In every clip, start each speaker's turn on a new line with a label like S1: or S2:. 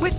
S1: With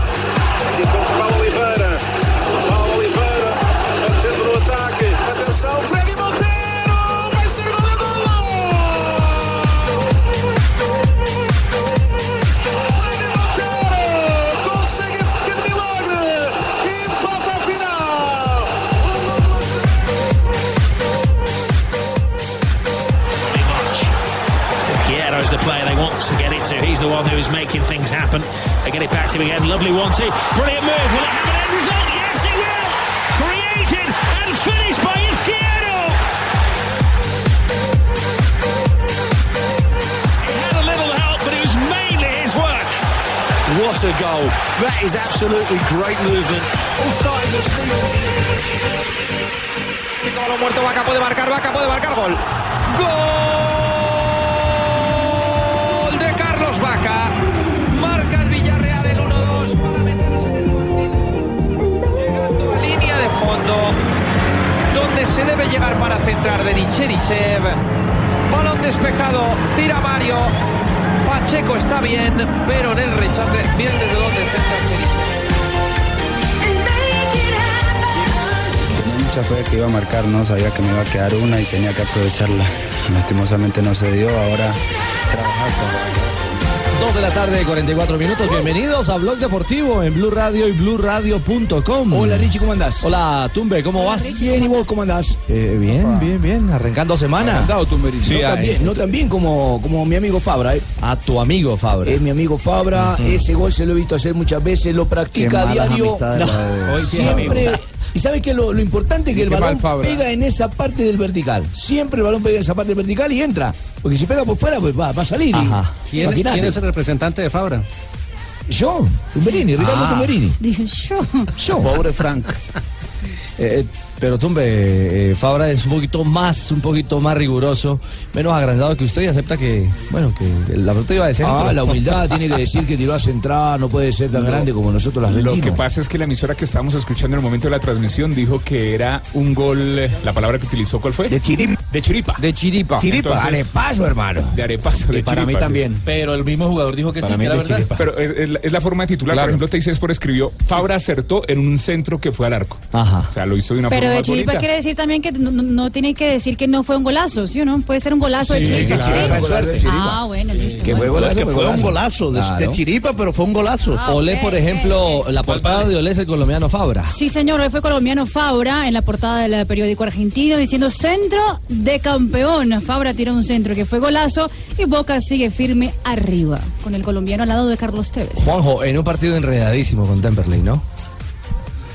S2: Aqui com Paulo Oliveira. Paulo Oliveira atento no ataque. Atenção, Fred Monteiro! Vai ser Monteiro consegue esse pequeno milagre e passa à final.
S3: Piero is the player they want to get it to. He's the one who is making things happen. They get it back to him again. Lovely one two. Brilliant move. Will it have an end result? Yes, it will. Created and finished by Izquierdo. He had a little help, but it was mainly his work.
S4: What a goal. That is absolutely great movement. All starting to
S5: Balón muerto, Vaca puede marcar, Vaca puede marcar, gol. Gol de Carlos Vaca. Marca el Villarreal el 1-2 para meterse en el partido. Llegando a línea de fondo, donde se debe llegar para centrar de Nicherisev. Balón despejado, tira Mario. Pacheco está bien, pero en el rechace, bien desde donde centra Cherisev.
S6: Tenía mucha fe que iba a marcar, no sabía que me iba a quedar una y tenía que aprovecharla. Lastimosamente no se dio, ahora trabajar para...
S7: 2 de la tarde, 44 minutos. Bienvenidos a Blog Deportivo en Blue Radio y BlueRadio.com. Hola Richie, ¿cómo andás? Hola Tumbe, ¿cómo vas?
S8: Bien, ¿y vos cómo andás?
S7: Eh, bien, bien, bien. Arrancando semana.
S8: Andado, Tumberín.
S7: Sí,
S8: no,
S7: ah,
S8: tan bien,
S7: eh.
S8: no tan bien como, como mi amigo Fabra. ¿eh?
S7: A tu amigo Fabra.
S8: Es mi amigo Fabra, ese gol se lo he visto hacer muchas veces, lo practica a
S7: malas
S8: diario.
S7: amistades
S8: No,
S7: la de- Hoy sí es
S8: siempre.
S7: amigo.
S8: Y sabes que lo, lo importante es que el
S7: qué
S8: balón
S7: mal Fabra.
S8: pega en esa parte del vertical. Siempre el balón pega en esa parte vertical y entra. Porque si pega por fuera, pues va, va a salir.
S7: Ajá.
S8: ¿Quién, es el representante de Fabra? Yo, Tumberini, Ricardo
S7: Ah.
S8: Tumberini.
S9: Dice yo.
S7: Pobre Frank. Eh, eh, pero Tumbe, eh, Fabra es un poquito más, un poquito más riguroso, menos agrandado que usted y acepta que, bueno, que la pelota iba de centro.
S8: Ah, la humildad tiene que decir que tiró a centrar, no puede ser tan grande como nosotros las
S10: Lo que
S8: venimos.
S10: pasa es que la emisora que estábamos escuchando en el momento de la transmisión dijo que era un gol, eh, la palabra que utilizó, ¿cuál fue? De chiripa. De chiripa. De chiripa.
S11: Chiripa, arepazo, hermano.
S10: De arepaso, de
S11: para mí
S10: chiripa, sí.
S11: también.
S12: Pero el mismo jugador dijo que
S11: Para
S12: sí,
S11: mí
S12: que era
S11: de
S12: verdad.
S11: Chiripa.
S10: Pero es, es la- es la forma de titular. Por ejemplo, Teis Sport escribió, Fabra acertó en un centro que fue al arco. Ajá. O sea, lo hizo de una
S9: Pero
S10: forma
S9: de
S10: más
S9: Chiripa
S10: bonita.
S9: quiere decir también que no, no- no tiene que decir que no fue un golazo, ¿sí o no? Puede ser un golazo de
S10: Sí,
S9: Chiripa.
S10: claro.
S9: ¿sí?
S10: Fue golazo de Chiripa.
S9: Ah, bueno, listo.
S7: Que fue golazo,
S11: que
S7: fue
S11: fue un
S7: golazo.
S11: golazo de,
S7: Claro.
S11: de Chiripa, pero fue un golazo. Ah,
S7: Olé, por ejemplo, la portada de Olé es el colombiano Fabra.
S9: Sí, señor, hoy fue colombiano Fabra en la portada del periódico argentino diciendo centro de campeón. Fabra tira un centro que fue golazo y Boca sigue firme arriba con el colombiano al lado de Carlos Tevez.
S7: Juanjo, en un partido enredadísimo con Temperley, ¿no?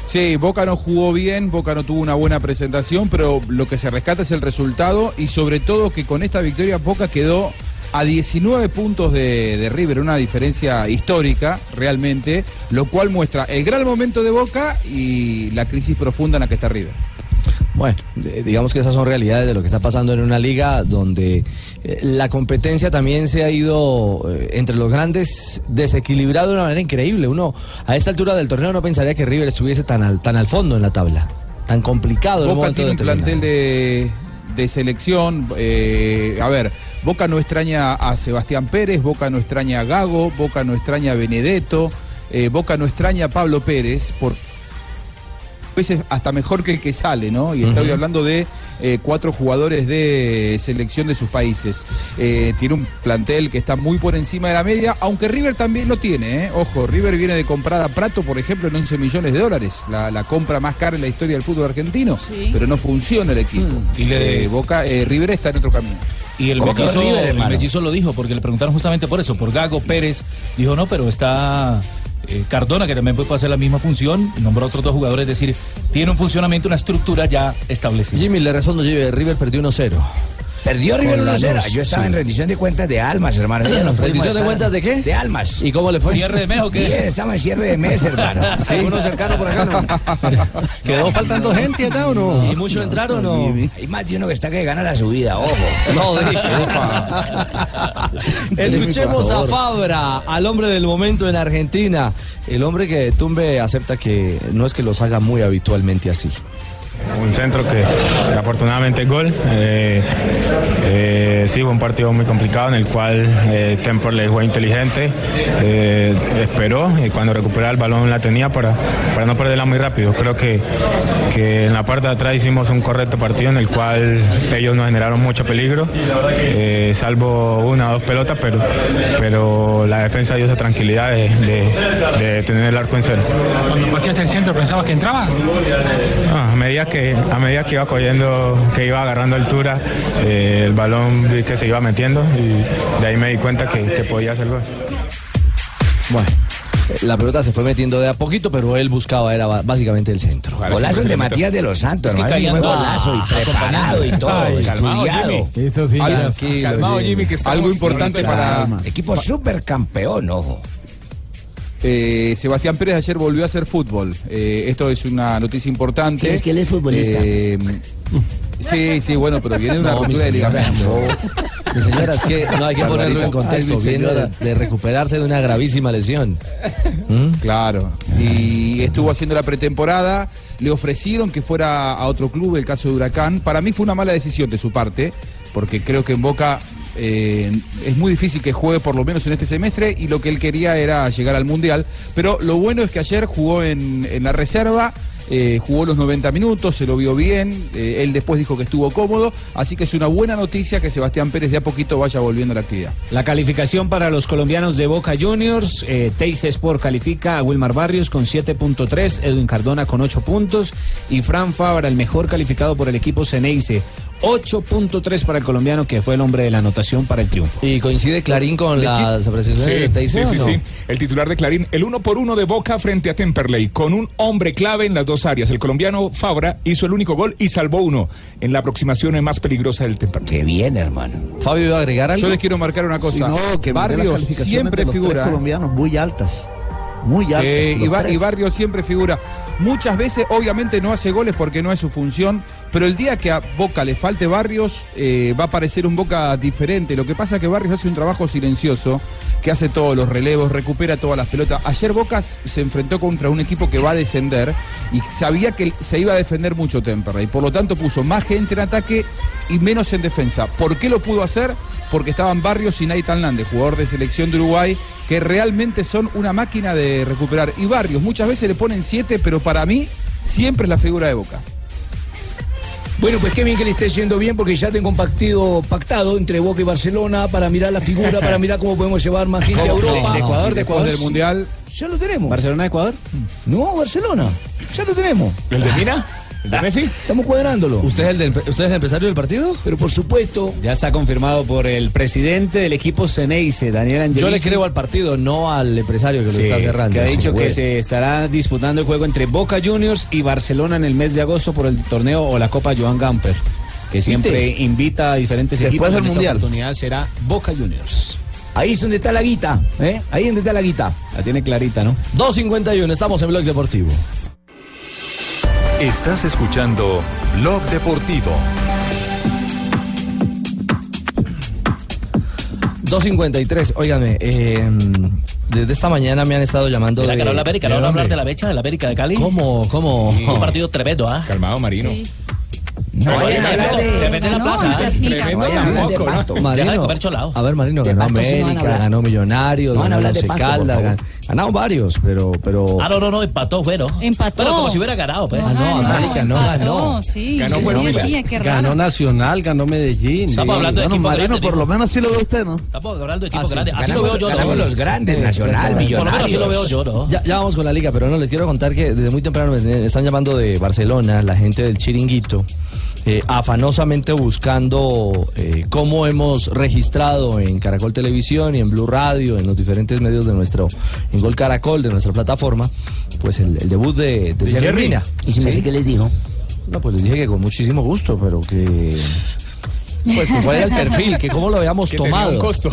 S13: Sí, Boca no jugó bien, Boca no tuvo una buena presentación, pero lo que se rescata es el resultado y sobre todo que con esta victoria Boca quedó a 19 puntos de, de River, una diferencia histórica realmente, lo cual muestra el gran momento de Boca y la crisis profunda en la que está River.
S7: Bueno, eh, digamos que esas son realidades de lo que está pasando en una liga donde eh, la competencia también se ha ido eh, entre los grandes desequilibrada de una manera increíble. Uno a esta altura del torneo no pensaría que River estuviese tan al, tan al fondo en la tabla, tan complicado. en un
S13: Boca
S7: momento
S13: tiene un
S7: determinado.
S13: plantel de, de selección. eh, a ver, Boca no extraña a Sebastián Pérez, Boca no extraña a Gago, Boca no extraña a Benedetto, eh, Boca no extraña a Pablo Pérez, por a veces hasta mejor que el que sale, ¿no? Y estoy
S14: Ujú.
S13: hablando de eh, cuatro jugadores de selección de sus países. Eh, tiene un plantel que está muy por encima de la media, aunque River también lo tiene, ¿eh? Ojo, River viene de comprar a Prato, por ejemplo, en 11 millones de dólares, la, la compra más cara en la historia del fútbol argentino, pero no funciona el equipo. Y
S12: le-
S13: Boca, eh, River está en otro camino.
S12: Y el mellizo, el mellizo lo dijo, porque le preguntaron justamente por eso, por Gago Pérez. Dijo, no, pero está eh, Cardona, que también puede hacer la misma función. y Nombró otros dos jugadores, es decir, tiene un funcionamiento, una estructura ya establecida.
S7: Jimmy, le respondo, Jimmy, River perdió 1-0.
S8: Perdió River
S15: Con la
S8: 1 0.
S15: luz,
S8: Yo estaba
S15: sí.
S8: en rendición de cuentas de almas, hermano. Eso ya lo pudimos
S7: ¿Rendición de
S8: estar-
S7: cuentas de qué?
S8: De almas.
S7: ¿Y cómo le fue?
S8: ¿Cierre de mes o qué? Bien, estamos en cierre de mes, hermano.
S7: Sí.
S8: ¿Alguno cercano por acá? No?
S7: ¿Quedó faltando gente acá o no? ¿Y mucho entraron o no?
S8: Hay más de uno que está que gana la subida, ojo.
S7: No, Escuchemos a Fabra, al hombre del momento en Argentina. El hombre que Tumbe acepta que no es que los haga muy habitualmente así.
S16: Un centro que, que afortunadamente es gol. Eh, eh, sí, fue un partido muy complicado en el cual eh, Tempor le jugó inteligente, eh, esperó y cuando recuperaba el balón la tenía para, para no perderla muy rápido. Creo que, que en la parte de atrás hicimos un correcto partido en el cual ellos no generaron mucho peligro, eh, salvo una o dos pelotas, pero, pero la defensa dio esa tranquilidad de, de- de tener el arco en cero.
S17: Cuando pateaste el centro, ¿pensabas que entraba?
S16: Ah, a medida que a medida que iba cogiendo, que iba agarrando altura, eh, el balón vi que se iba metiendo y de ahí me di cuenta que, que podía hacer gol.
S7: Bueno, la pelota se fue metiendo de a poquito, pero él buscaba, era ba- básicamente el centro.
S8: Golazo el de Matías de los Santos, hermano. Ese fue golazo y preparado y todo, estudiado.
S13: Algo- Algo importante para
S8: Equipo supercampeón, ojo.
S13: Eh, Sebastián Pérez ayer volvió a hacer fútbol. Eh, esto es una noticia importante.
S8: Sí, es que él es futbolista.
S13: Eh, sí, sí, bueno, pero viene una
S7: No, mi
S13: ruptura de
S7: señora,
S13: ligamento.
S7: Mi señora, es que no hay que ponerlo en contexto.
S13: Ay, mi
S7: Viene de,
S13: señora.
S7: de recuperarse de una gravísima lesión. ¿Mm?
S13: Claro. Y estuvo haciendo la pretemporada. Le ofrecieron que fuera a otro club, el caso de Huracán. Para mí fue una mala decisión de su parte, porque creo que en Boca eh, es muy difícil que juegue por lo menos en este semestre y lo que él quería era llegar al Mundial. Pero lo bueno es que ayer jugó en, en la reserva. eh, jugó los 90 minutos, se lo vio bien, eh, él después dijo que estuvo cómodo, así que es una buena noticia que Sebastián Pérez de a poquito vaya volviendo a la actividad.
S18: La calificación para los colombianos de Boca Juniors, eh, Teis Sport califica a Wilmar Barrios con 7.3, Edwin Cardona con 8 puntos y Fran Fabra, el mejor calificado por el equipo Ceneice, 8.3 para el colombiano que fue el hombre de la anotación para el triunfo.
S7: Y coincide Clarín con las apreciaciones
S10: Sí,
S7: de Teis,
S10: sí, sí,
S7: ¿o no?
S10: sí. El titular de Clarín, el uno por uno de Boca frente a Temperley, con un hombre clave en las dos áreas. El colombiano Fabra hizo el único gol y salvó uno en la aproximación más peligrosa del Temperley.
S8: Qué bien, hermano.
S7: Fabio iba a agregar
S13: Yo les quiero marcar una cosa.
S11: no, que las
S13: Barrios
S11: calificaciones
S13: siempre
S11: de los tres
S13: figura. ¿eh?
S11: colombianos muy altas. Muy altas.
S13: Sí,
S11: los
S13: y, Ba-
S11: tres.
S13: y Barrio siempre figura. Muchas veces, obviamente, no hace goles porque no es su función, pero el día que a Boca le falte Barrios, eh, va a parecer un Boca diferente. Lo que pasa es que Barrios hace un trabajo silencioso, que hace todos los relevos, recupera todas las pelotas. Ayer Boca s- se enfrentó contra un equipo que va a descender y sabía que se iba a defender mucho Temperley. Por lo tanto, puso más gente en ataque y menos en defensa. ¿Por qué lo pudo hacer? Porque estaban Barrios y Nathan Lande, jugador de selección de Uruguay, que realmente son una máquina de recuperar. Y Barrios, muchas veces le ponen siete, pero para mí siempre es la figura de Boca.
S15: Bueno, pues qué bien que le esté yendo bien porque ya tengo un partido pactado entre Boca y Barcelona para mirar la figura, para mirar cómo podemos llevar más gente a
S13: ¿Cómo?
S15: Europa.
S13: ¿De Ecuador, de Ecuador? ¿Del Mundial?
S15: Ya lo tenemos.
S18: ¿Barcelona-Ecuador?
S15: No, Barcelona. Ya lo tenemos.
S10: ¿El de Mina? ¿El de Messi?
S15: Estamos cuadrándolo.
S7: ¿Usted es el, del- usted es el empresario del partido?
S15: Pero por supuesto.
S18: Ya está confirmado por el presidente del equipo Ceneice, Daniel Angelici.
S7: Yo le creo al partido, no al empresario que
S18: Sí,
S7: lo está cerrando.
S18: que ha
S7: Sí,
S18: dicho
S7: güey.
S18: que se estará disputando el juego entre Boca Juniors y Barcelona en el mes de agosto por el torneo o la Copa Joan Gamper, que siempre invita a diferentes
S11: Después
S18: equipos.
S11: del
S18: En esta
S11: Mundial.
S18: oportunidad será Boca Juniors.
S15: Ahí es donde está la guita, ¿eh? Ahí es donde está la guita.
S18: La tiene clarita, ¿no?
S7: 2.51, estamos en Blog Deportivo.
S19: Estás escuchando Blog Deportivo.
S7: 2.53, óigame, eh, desde esta mañana me han estado llamando...
S12: Mira, que no habla América, no
S7: de
S12: habla hablar
S7: dónde?
S12: de la mecha de la América de Cali.
S7: ¿Cómo? ¿Cómo? Oh.
S12: Un partido tremendo, ¿ah?
S10: Calmado, Marino.
S7: No,
S12: Oye,
S7: vayan a hablar
S12: tremendo,
S7: de-
S12: tremendo en la
S7: no,
S12: plaza, ¿ah?
S7: Albertina, no vayan a hablar de pasto.
S12: Deja de
S7: Marino,
S12: comer cholao.
S7: A ver, Marino, ganó
S12: pasto sí no van a
S7: América,
S12: hablar.
S7: ganó Millonarios,
S12: No van a
S7: ganó
S12: hablar de
S7: Once
S12: pasto, por
S7: Caldas,
S12: favor.
S7: gan- ganaron varios, pero... pero
S12: Ah, no, no, no, empató, bueno.
S20: Empató.
S12: Bueno, como si hubiera ganado, pues.
S7: Ah, no, América no
S20: empató,
S7: ganó.
S20: sí, sí,
S7: fue
S20: sí,
S7: Milán.
S20: sí, qué raro.
S8: Ganó Nacional, ganó Medellín.
S12: Estamos hablando de
S8: Bueno,
S12: equipos
S8: Marino,
S12: grandes,
S8: por
S12: digo.
S8: lo menos sí lo ve usted, ¿no?
S12: Estamos hablando de
S7: Ah,
S12: equipos
S7: sí.
S12: grandes. Así lo
S7: Ganamos-
S12: veo yo.
S7: ganamos
S12: ¿no?
S7: los grandes, Nacional,
S12: Por lo menos así lo veo yo, ¿no?
S7: Ya, ya vamos con la liga, pero no, les quiero contar que desde muy temprano me me están llamando de Barcelona, la gente del Chiringuito, eh, afanosamente buscando eh, cómo hemos registrado en Caracol Televisión y en Blue Radio, en los diferentes medios de nuestro, en Gol Caracol, de nuestra plataforma, pues el, el debut de, de, Jerry
S8: Jerry.
S7: Mina.
S8: ¿Y si me dice qué les dijo?
S7: No, pues les dije que con muchísimo gusto, pero que... Pues cuál era el perfil, que cómo lo habíamos
S21: Que tenía
S7: tomado.
S21: un costo.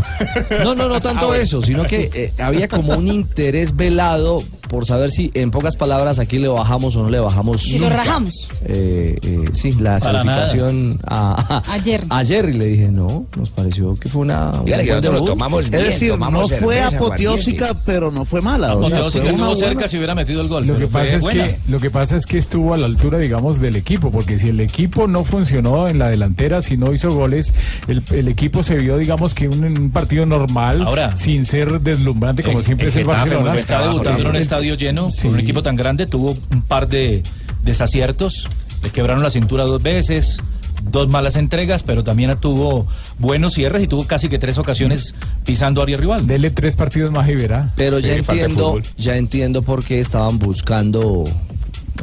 S7: No, no, no
S21: Ah,
S7: tanto
S21: bueno.
S7: eso, sino que eh, había como un interés velado por saber si, en pocas palabras, aquí le bajamos o no le bajamos.
S9: Y lo
S7: nunca.
S9: rajamos.
S7: Eh, eh, sí, la
S9: Para
S7: calificación a, a-
S9: Ayer.
S7: a Jerry le dije, no, nos pareció que fue una. un
S22: Dígale que
S7: buen
S22: nosotros lo
S7: debut.
S22: tomamos
S7: Es
S22: bien,
S7: decir,
S22: tomamos
S7: no fue
S22: cerveza,
S7: apoteósica,
S11: pero no fue mala.
S7: o sea,
S23: Apoteósica
S7: fue una
S23: estuvo
S7: buena-
S23: cerca si hubiera metido el gol. Lo que, pero fue pasa es buena. que, lo que pasa es que estuvo a la altura, digamos, del equipo, porque si el equipo no funcionó en la delantera, si no hizo goles, el, el equipo se vio, digamos, que un, un partido normal,
S12: Ahora.
S23: sin ser deslumbrante como
S12: El-
S23: siempre
S12: el
S23: es el
S12: Getafe,
S23: Barcelona.
S12: cuando Está debutando en un estadio lleno, con un equipo tan grande, tuvo un par de desaciertos, le quebraron la cintura dos veces, dos malas entregas, pero también tuvo buenos cierres y tuvo casi que tres ocasiones pisando área rival.
S23: Dele tres partidos más y verá.
S7: Pero ya entiendo, ya entiendo por qué estaban buscando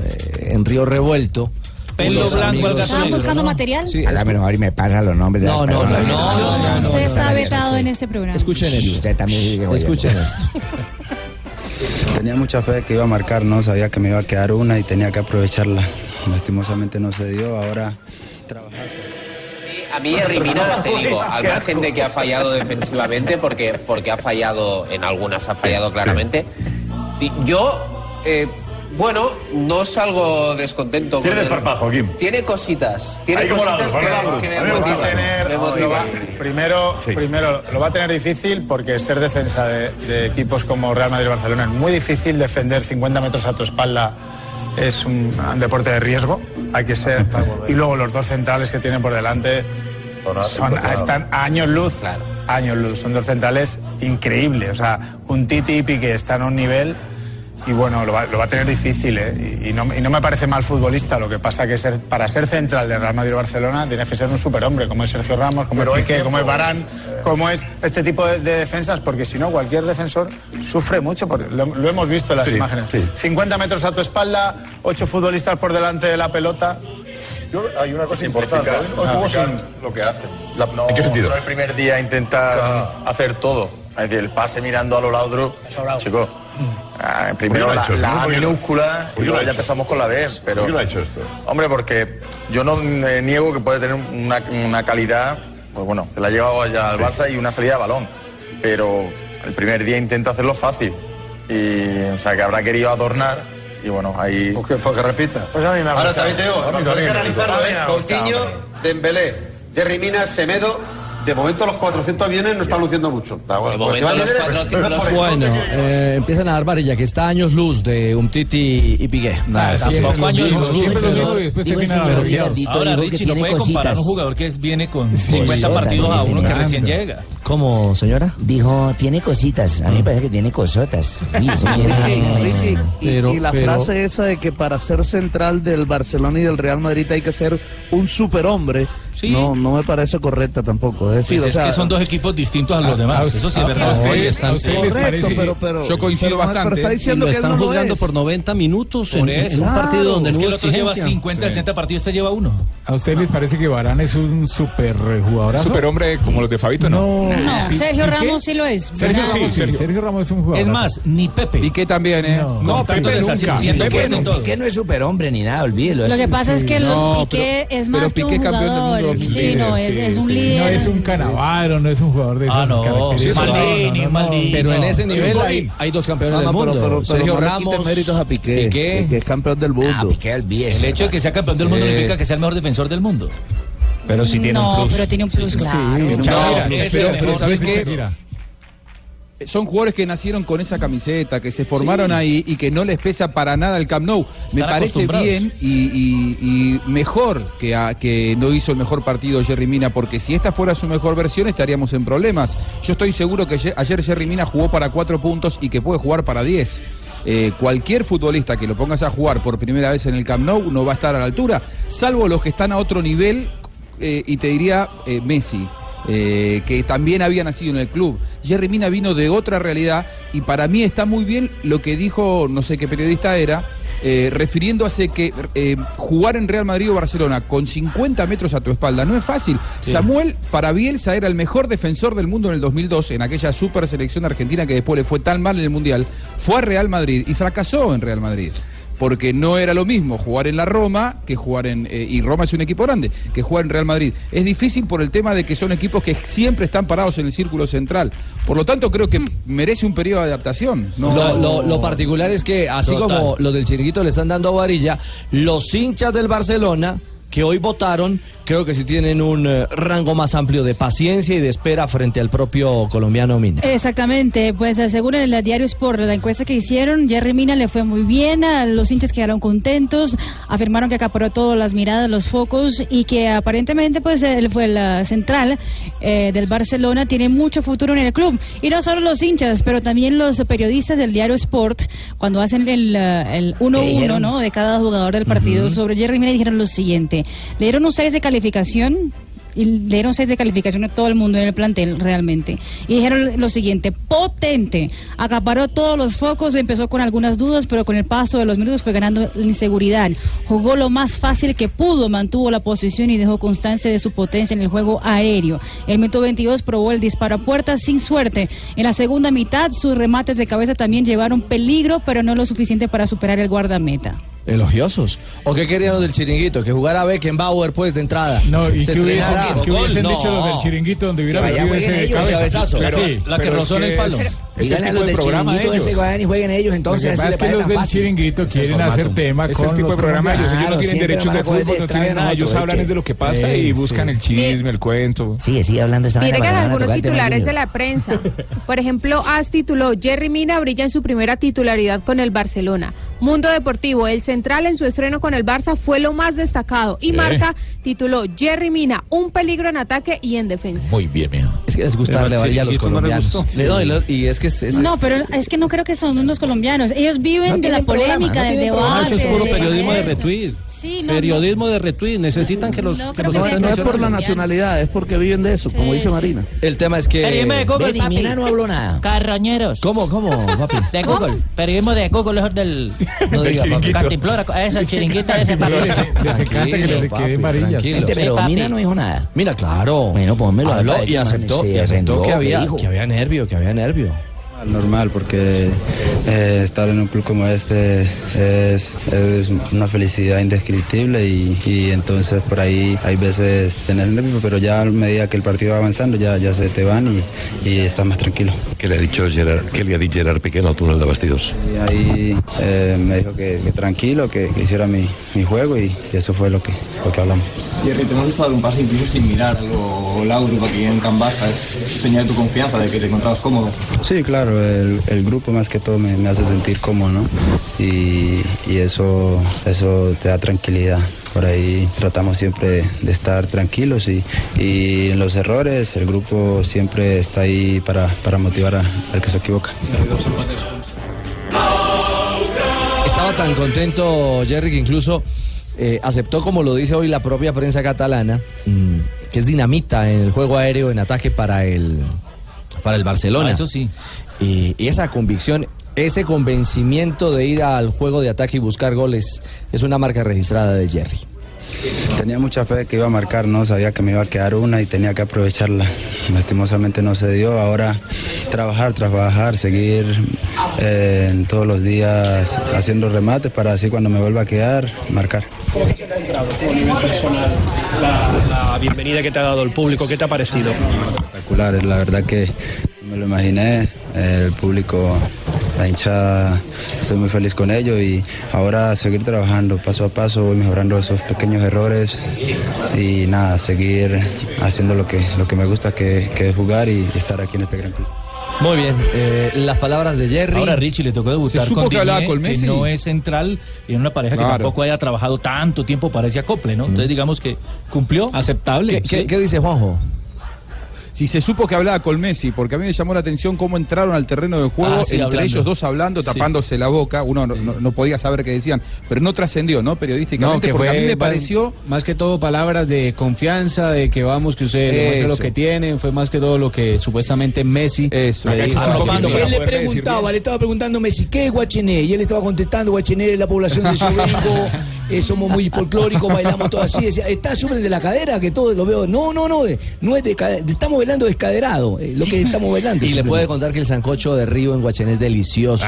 S7: eh, en Río Revuelto.
S12: Pelo
S7: unos
S12: blanco al
S7: amigos-
S9: ¿Estaban buscando material?
S7: Sí,
S22: A la menor y me pasa los nombres de
S7: No,
S22: las
S7: no,
S22: personas.
S7: no,
S22: que
S7: no,
S22: están
S7: no,
S22: en
S7: no,
S22: la
S9: Usted
S22: lista.
S9: está vetado en este programa.
S7: Escuchen esto.
S22: Usted también sigue oyendo.
S7: Escuchen esto.
S6: Tenía mucha fe que iba a marcar, no sabía que me iba a quedar una y tenía que aprovecharla. Lastimosamente no se dio, ahora
S8: A mí Jerry Mina, te digo, al margen de que ha fallado defensivamente, porque, porque ha fallado, en algunas ha fallado claramente, y yo, eh, bueno, no salgo descontento.
S24: Tiene
S8: con el-
S24: desparpajo, Kim.
S8: Tiene cositas, tiene cositas que, que me
S24: va a
S8: motivan,
S24: tener,
S8: me motivan.
S24: primero, primero, lo va a tener difícil porque ser defensa de, de equipos como Real Madrid y Barcelona es muy difícil. Defender 50 metros a tu espalda es un, un deporte de riesgo. Hay que ser. Y luego los dos centrales que tienen por delante son,
S25: claro.
S24: están a años luz. a Años luz. Son dos centrales increíbles. O sea, un Titi y Piqué están a un nivel. Y bueno, lo va, lo va a tener difícil, ¿eh? Y, y no, y no me parece mal futbolista. Lo que pasa que ser, para ser central de Real Madrid o Barcelona tienes que ser un superhombre, como es Sergio Ramos, como
S26: Pero hay
S24: es Piqué,
S26: tiempo.
S24: como es Barán, como es este tipo de, de defensas, porque si no, cualquier defensor sufre mucho. porque lo, lo hemos visto en las
S26: Sí,
S24: imágenes.
S26: sí.
S24: 50 metros a tu espalda, 8 futbolistas por delante de la pelota. Ah,
S26: Yo- hay una cosa importante. Hoy jugó sin-
S24: lo que hace.
S26: la- no,
S24: ¿En qué sentido?
S26: no el primer día intentar hacer todo. Es decir, el pase mirando a lo laudro. Chico, ah, primero
S27: lo ha
S26: la,
S27: hecho?
S26: la
S27: ¿Por
S26: A
S27: qué lo-
S26: minúscula y
S27: por qué lo
S26: luego
S27: ha
S26: ya
S27: hecho?
S26: empezamos con la B. Pero,
S27: ¿Por qué lo ha hecho esto?
S26: Hombre, porque yo no me niego que puede tener una, una calidad, pues bueno, que la ha llevado allá al
S27: Sí.
S26: Barça y una salida de balón. Pero el primer día intenta hacerlo fácil. Y, o sea, que habrá querido adornar. Y bueno, ahí. Pues que, repita.
S24: Ahora también te digo,
S26: A mí
S24: hay
S26: también.
S24: que analizarlo, ¿eh?
S26: Ah,
S24: Coutinho,
S26: hombre.
S24: Dembélé, Jerry Minas, Semedo. De momento los 400 aviones no están luciendo mucho.
S26: De
S24: Pues si
S26: momento
S24: van
S26: los
S24: líderes,
S26: 400
S24: pero por
S7: Bueno,
S24: entonces-
S7: eh, empiezan a dar varilla, que está a años luz de Umtiti y Piqué.
S12: Ah, tampoco
S7: Sí,
S12: años
S7: sí,
S12: luz,
S7: sí,
S12: siempre
S7: sí,
S12: lo
S7: sí.
S12: digo y después termina la realidad. Ahora, Richie, no puede comparar a un jugador que viene con 50 partidos a uno que recién llega.
S7: ¿Cómo, señora? Ah.
S22: Dijo, tiene cositas. A mí me parece que tiene cosotas. Uy, eso tiene-
S11: Ricky, y,
S22: Pero-
S11: y la
S22: pero-
S11: frase esa de que para ser central del Barcelona y del Real Madrid hay que ser un superhombre, no, no me parece correcta tampoco. Es decir,
S12: Pues
S11: o
S12: es
S11: sea,
S12: que son dos equipos distintos a los demás. Eso sí es verdad.
S11: Correcto, pero- pero-
S13: Yo coincido
S11: pero-
S13: bastante.
S11: Pero está diciendo
S12: Y lo
S11: que él
S12: están
S11: no lo
S12: juzgando
S11: es.
S7: Por 90 minutos
S12: ¿eh?
S7: en,
S12: Por
S7: en
S12: eso.
S7: un partido donde
S12: es
S7: no
S12: que el
S7: hubo
S12: otro lleva
S7: exigencia.
S12: 50, 60 partidos, este lleva uno.
S23: ¿A ustedes les parece que Barán es un super jugadorazo?
S21: Superhombre como los de Fabito,
S23: no.
S9: No, Sergio Ramos sí lo es.
S23: Sergio
S9: Bravo.
S23: sí, Sergio. Sergio Ramos es un jugador.
S12: Es más, ni Pepe.
S26: Piqué también, ¿eh?
S12: No, Pepe nunca.
S22: Piqué no, Piqué no es superhombre ni nada, olvídelo.
S9: Lo que pasa es que el Piqué es más que un jugador. Sí, no, es, es un
S23: No
S9: líder.
S23: es un canavaro, no es un jugador de esas características.
S7: Ah, Maldini, Maldini. Pero en ese nivel hay, hay dos campeones
S11: No,
S7: del
S11: no,
S7: mundo.
S11: pero- pero- pero
S7: Sergio
S11: no le quiten
S7: Ramos,
S11: méritos a Piqué, que- que es campeón
S10: Ah,
S11: del mundo.
S12: El hecho de que sea campeón del mundo no implica que sea el mejor defensor del mundo.
S22: Pero
S11: Mm.
S12: sí tiene un
S9: No,
S12: plus.
S9: pero tiene un plus, claro.
S12: Shakira,
S13: pero-
S12: ese
S13: pero-
S12: mejor
S13: pero ¿sabes
S12: que
S13: qué?
S12: Shakira.
S13: Son jugadores que nacieron con esa camiseta, que se formaron ahí y que no les pesa para nada el Camp Nou. Me
S12: Están
S13: parece
S12: acostumbrados.
S13: bien y, y- y mejor que, a- que no hizo el mejor partido Jerry Mina, porque si esta fuera su mejor versión estaríamos en problemas. Yo estoy seguro que ye- ayer Jerry Mina jugó para cuatro puntos y que puede jugar para 10. Eh, cualquier futbolista que lo pongas a jugar por primera vez en el Camp Nou no va a estar a la altura, salvo los que están a otro nivel eh, y te diría eh, Messi, eh, que también había nacido en el club. Jerry Mina vino de otra realidad y para mí está muy bien lo que dijo, no sé qué periodista era, eh, refiriéndose que eh, jugar en Real Madrid o Barcelona con 50 metros a tu espalda no es fácil. Samuel para Bielsa era el mejor defensor del mundo en el 2002, en aquella super selección argentina que después le fue tan mal en el Mundial. Fue a Real Madrid y fracasó en Real Madrid. porque no era lo mismo jugar en la Roma que jugar en. eh, y Roma es un equipo grande, que jugar en Real Madrid. Es difícil por el tema de que son equipos que siempre están parados en el círculo central. Por lo tanto, creo que merece un periodo de adaptación. No,
S7: lo, lo- lo particular es que, así
S13: Total.
S7: como los del Chiringuito le están dando a varilla, los hinchas del Barcelona que hoy votaron, creo que sí tienen un eh, rango más amplio de paciencia y de espera frente al propio colombiano Mina.
S9: Exactamente, pues eh, según el diario Sport, la encuesta que hicieron, Jerry Mina le fue muy bien, a los hinchas quedaron contentos, afirmaron que acaparó todas las miradas, los focos y que aparentemente pues él fue la central eh, del Barcelona, tiene mucho futuro en el club. Y no solo los hinchas, pero también los periodistas del diario Sport, cuando hacen el, eh, el
S28: ¿Qué
S9: 1-1
S28: dijeron?
S9: ¿no? de cada jugador del partido sobre Jerry Mina, dijeron lo siguiente, le dieron un 6 de calificación, y le dieron seis de calificación a todo el mundo en el plantel realmente. Y dijeron lo siguiente, potente, acaparó todos los focos, empezó con algunas dudas, pero con el paso de los minutos fue ganando la inseguridad. Jugó lo más fácil que pudo, mantuvo la posición y dejó constancia de su potencia en el juego aéreo. El minuto 22 probó el disparo a puerta sin suerte. En la segunda mitad sus remates de cabeza también llevaron peligro, pero no lo suficiente para superar el guardameta.
S7: Elogiosos. ¿O qué querían los del Chiringuito? Que jugara Beckenbauer, pues, de entrada.
S23: No, ¿y
S7: Se
S23: qué hubiesen,
S7: estrenara.
S23: qué hubiesen
S7: No.
S23: dicho los del chiringuito donde hubiera
S7: Que vaya,
S23: metido
S7: jueguen
S23: ese
S7: ellos,
S23: cabezazo?
S7: cabezazo.
S23: Pero-
S7: Pero- la que
S23: pero es
S7: rozó en el palo.
S23: es-
S7: Pero-
S23: ese
S10: díganle a
S23: tipo
S10: los
S23: de
S10: del
S23: programa de
S10: chiringuito ese
S23: ellos.
S10: que vayan y jueguen ellos, entonces,
S23: Lo que
S10: así
S23: pasa
S10: les
S23: es que
S10: parece
S23: los
S10: tan
S23: del
S10: fácil.
S23: chiringuito
S10: Es el
S23: quieren
S10: formato.
S23: hacer tema
S10: Es
S23: con
S10: el tipo
S23: los
S10: de programa de ellos.
S23: colombianos.
S10: Ellos no tienen
S23: siempre
S10: derechos
S23: van a
S10: de
S23: coger
S10: fútbol, no
S23: detrás de
S10: tienen nada.
S23: nosotros,
S10: Ellos hablan
S23: ¿de qué?
S10: es de lo que pasa y
S23: Sí,
S10: buscan
S23: sí.
S10: el
S29: chisme,
S10: el cuento. Sigue, sigue hablando esa
S29: Mire
S10: vaina
S29: que
S10: para
S29: algunos
S10: tocar el tema
S29: titulares
S10: Junior.
S29: de la prensa. Por ejemplo, AS tituló Jerry Mina brilla en su primera titularidad con el Barcelona. Mundo Deportivo, el central en su estreno con el Barça fue lo más destacado. Y
S7: Sí.
S29: Marca tituló Jerry Mina, un peligro en ataque y en defensa.
S7: Muy bien, mijo. Es que les gusta darle varilla a los
S10: Chiringuito no le
S7: colombianos.
S10: gustó.
S7: Le- no, y lo- y es que es- es-
S9: No, pero es que no creo que son unos colombianos. Ellos viven de la polémica, del
S20: Ah,
S9: debate.
S20: eso es puro
S9: de-
S20: periodismo de
S9: eso.
S20: retweet.
S9: Sí, no,
S20: periodismo de retweet. Necesitan que los, que los estén
S11: No es por
S20: mencionando.
S11: la nacionalidad, es porque viven de eso, como dice Marina.
S7: El tema es
S20: Periodismo de Google, papi.
S7: Carroñeros. ¿Cómo, cómo, papi?
S20: De Google. Periodismo de Google es del.
S7: No diga, papi.
S20: Cantimplora. Es el chiringuito ese, papi.
S7: Les- les encanta que le quede Este amarillas.
S10: Gente, pero
S7: Sí, papi.
S10: Mina no dijo nada.
S7: Mira, claro.
S10: Bueno, ponmelo a
S7: Habló
S10: hablar,
S7: y
S10: man,
S7: aceptó,
S10: se
S7: y aceptó
S10: defendió,
S7: que,
S10: ¿qué
S7: había,
S10: dijo?
S7: que había nervio, que había nervio.
S6: Normal, porque eh, estar en un club como este es, es una felicidad indescriptible y, y entonces por ahí hay veces tener nervios, pero ya a medida que el partido va avanzando ya, ya se te van y, y estás más tranquilo.
S30: Què li ha dit Gerard, què li ha dit Gerard Piqué en el túnel de vestidors?
S6: Y ahí eh, me dijo que, que tranquilo, que, que hiciera mi, mi juego y, y eso fue lo que, lo que hablamos.
S17: Jerry, te hemos estado dar un pase incluso sin mirarlo. Laudrup aquí en Can Barça es señal de tu confianza, de que te encontrabas cómodo.
S6: Sí, claro, el, el grupo más que todo me, me hace sentir cómodo, ¿no? Y, y eso, eso te da tranquilidad. Por ahí tratamos siempre de, de estar tranquilos y, y en los errores el grupo siempre está ahí para, para motivar a- al que se equivoca.
S7: Estaba tan contento Jerry que incluso eh, aceptó, como lo dice hoy la propia prensa catalana, mm, que es dinamita en el juego aéreo en ataque para el, para el Barcelona.
S12: Ah, eso
S7: sí. Y, y esa convicción, ese convencimiento de ir al juego de ataque y buscar goles es una marca registrada de Jerry.
S6: Tenía mucha fe de que iba a marcar, ¿no? Sabía que me iba a quedar una y tenía que aprovecharla. Lastimosamente no se dio. Ahora trabajar, trabajar, seguir eh, en todos los días haciendo remates para así cuando me vuelva a quedar, marcar.
S31: A nivel personal, la, la bienvenida que te ha dado el público, ¿qué te ha parecido?
S6: espectaculares, la verdad que me lo imaginé, eh, el público, la hinchada, estoy muy feliz con ello y ahora seguir trabajando paso a paso, voy mejorando esos pequeños errores y nada, seguir haciendo lo que, lo que me gusta, que, que es jugar y estar aquí en este gran club.
S7: Muy bien, eh, las palabras de Jerry.
S12: Ahora Richie le tocó debutar con Digne, que no es central y en una pareja
S7: Claro.
S12: que tampoco haya trabajado tanto tiempo para ese acople, ¿no? Entonces digamos que cumplió.
S13: Mm. Aceptable.
S12: ¿Qué- qué- qué
S7: dice Juanjo?
S13: Si se supo que hablaba con Messi, porque a mí me llamó la atención cómo entraron al terreno de juego
S12: Ah, sí,
S13: entre
S12: hablando.
S13: ellos dos hablando,
S12: Sí.
S13: tapándose la boca. Uno no, no- no podía saber qué decían, pero no trascendió, ¿no? Periodísticamente,
S18: No, que
S13: porque
S18: fue
S13: a mí me
S18: más-
S13: pareció
S18: más que todo palabras de confianza, de que vamos, que ustedes demuestren
S13: Eso.
S18: lo que tienen, fue más que todo lo que supuestamente Messi le dijo. a Jerry.
S8: él le preguntaba, le estaba preguntando a Messi, ¿qué es Guachené? Y él estaba contestando, Guachené es la población de Yobengo, eh, somos muy folclóricos, bailamos todo así. Decía, está súper de la cadera, que todo lo veo. No, no, no, eh, no es de cadera, estamos bailando descaderado, eh, lo que estamos bailando.
S7: Y le
S8: simplemente. Ah,
S7: puede contar que el sancocho de Río en Guachén es delicioso,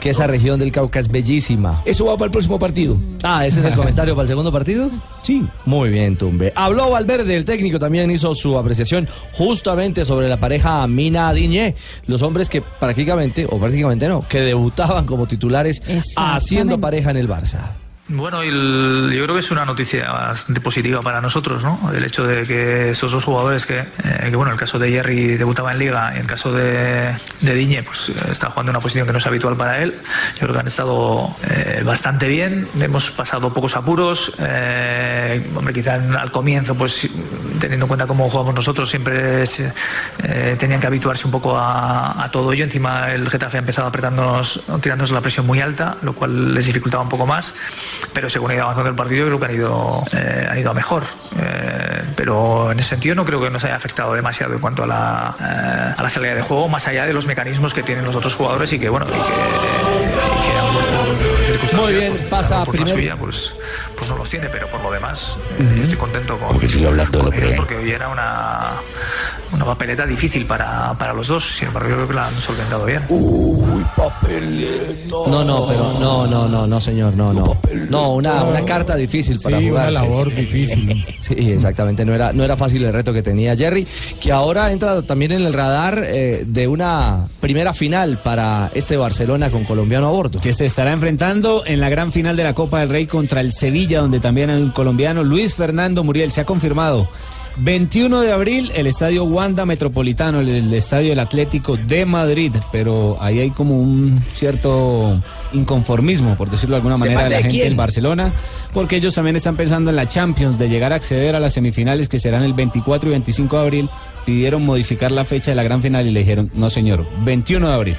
S7: que esa región del Cauca es bellísima.
S8: Eso va para el próximo partido.
S7: Ah, ese es el comentario para el segundo partido. Sí. Muy bien, Tumbe. Habló Valverde, el técnico también hizo su apreciación justamente sobre la pareja Mina Diñé, los hombres que prácticamente, o prácticamente no, que debutaban como titulares haciendo pareja en el Barça.
S31: Bueno, y el- yo creo que es una noticia bastante positiva para nosotros, ¿no? El hecho de que estos dos jugadores, que, eh, que, bueno, el caso de Jerry debutaba en Liga, y el caso de, de Diñe, pues eh, está jugando en una posición que no es habitual para él. Yo creo que han estado eh, bastante bien, hemos pasado pocos apuros. eh, hombre, quizá en- al comienzo, pues teniendo en cuenta cómo jugamos nosotros, siempre se- eh, tenían que habituarse un poco a, a todo ello. Encima el Getafe ha empezado apretándonos, tirándonos la presión muy alta, lo cual les dificultaba un poco más pero según ha ido avanzando el partido creo que han ido, eh, han ido a mejor. Eh, pero en ese sentido no creo que nos haya afectado demasiado en cuanto a la, eh, a la salida de juego, más allá de los mecanismos que tienen los otros jugadores y que, bueno, y que, y que ambos por circunstancias,
S7: Muy bien,
S31: por-
S7: pasa
S31: por la
S7: primero.
S31: suya, pues, pues no los tiene, pero por lo demás eh,
S32: Ujú.
S31: yo estoy contento con,
S32: Porque sigue hablando
S31: con
S32: de
S31: ellos
S32: Pelé.
S31: porque hoy era una, una papeleta difícil para, para los dos, sin embargo yo creo que la han solventado bien.
S7: No, no, pero no, no, no, no, señor, no, no. No, una, una carta difícil para
S23: Sí, una
S7: jugarse.
S23: labor
S7: difícil. Sí, exactamente, no era, no era fácil el reto que tenía Jerry, que ahora entra también en el radar eh, de una primera final para este Barcelona con colombiano a bordo.
S18: Que se estará enfrentando en la gran final de la Copa del Rey contra el Sevilla, donde también hay un colombiano, Luis Fernando Muriel, se ha confirmado. 21 de abril, el estadio Wanda Metropolitano, el, el estadio del Atlético de Madrid, pero ahí hay como un cierto inconformismo, por decirlo de alguna manera, de
S8: parte
S18: la
S8: de
S18: gente
S8: quién?
S18: del Barcelona, porque ellos también están pensando en la Champions, de llegar a acceder a las semifinales que serán el 24 y 25 de abril. Pidieron modificar la fecha de la gran final y le dijeron, no señor, 21 de abril.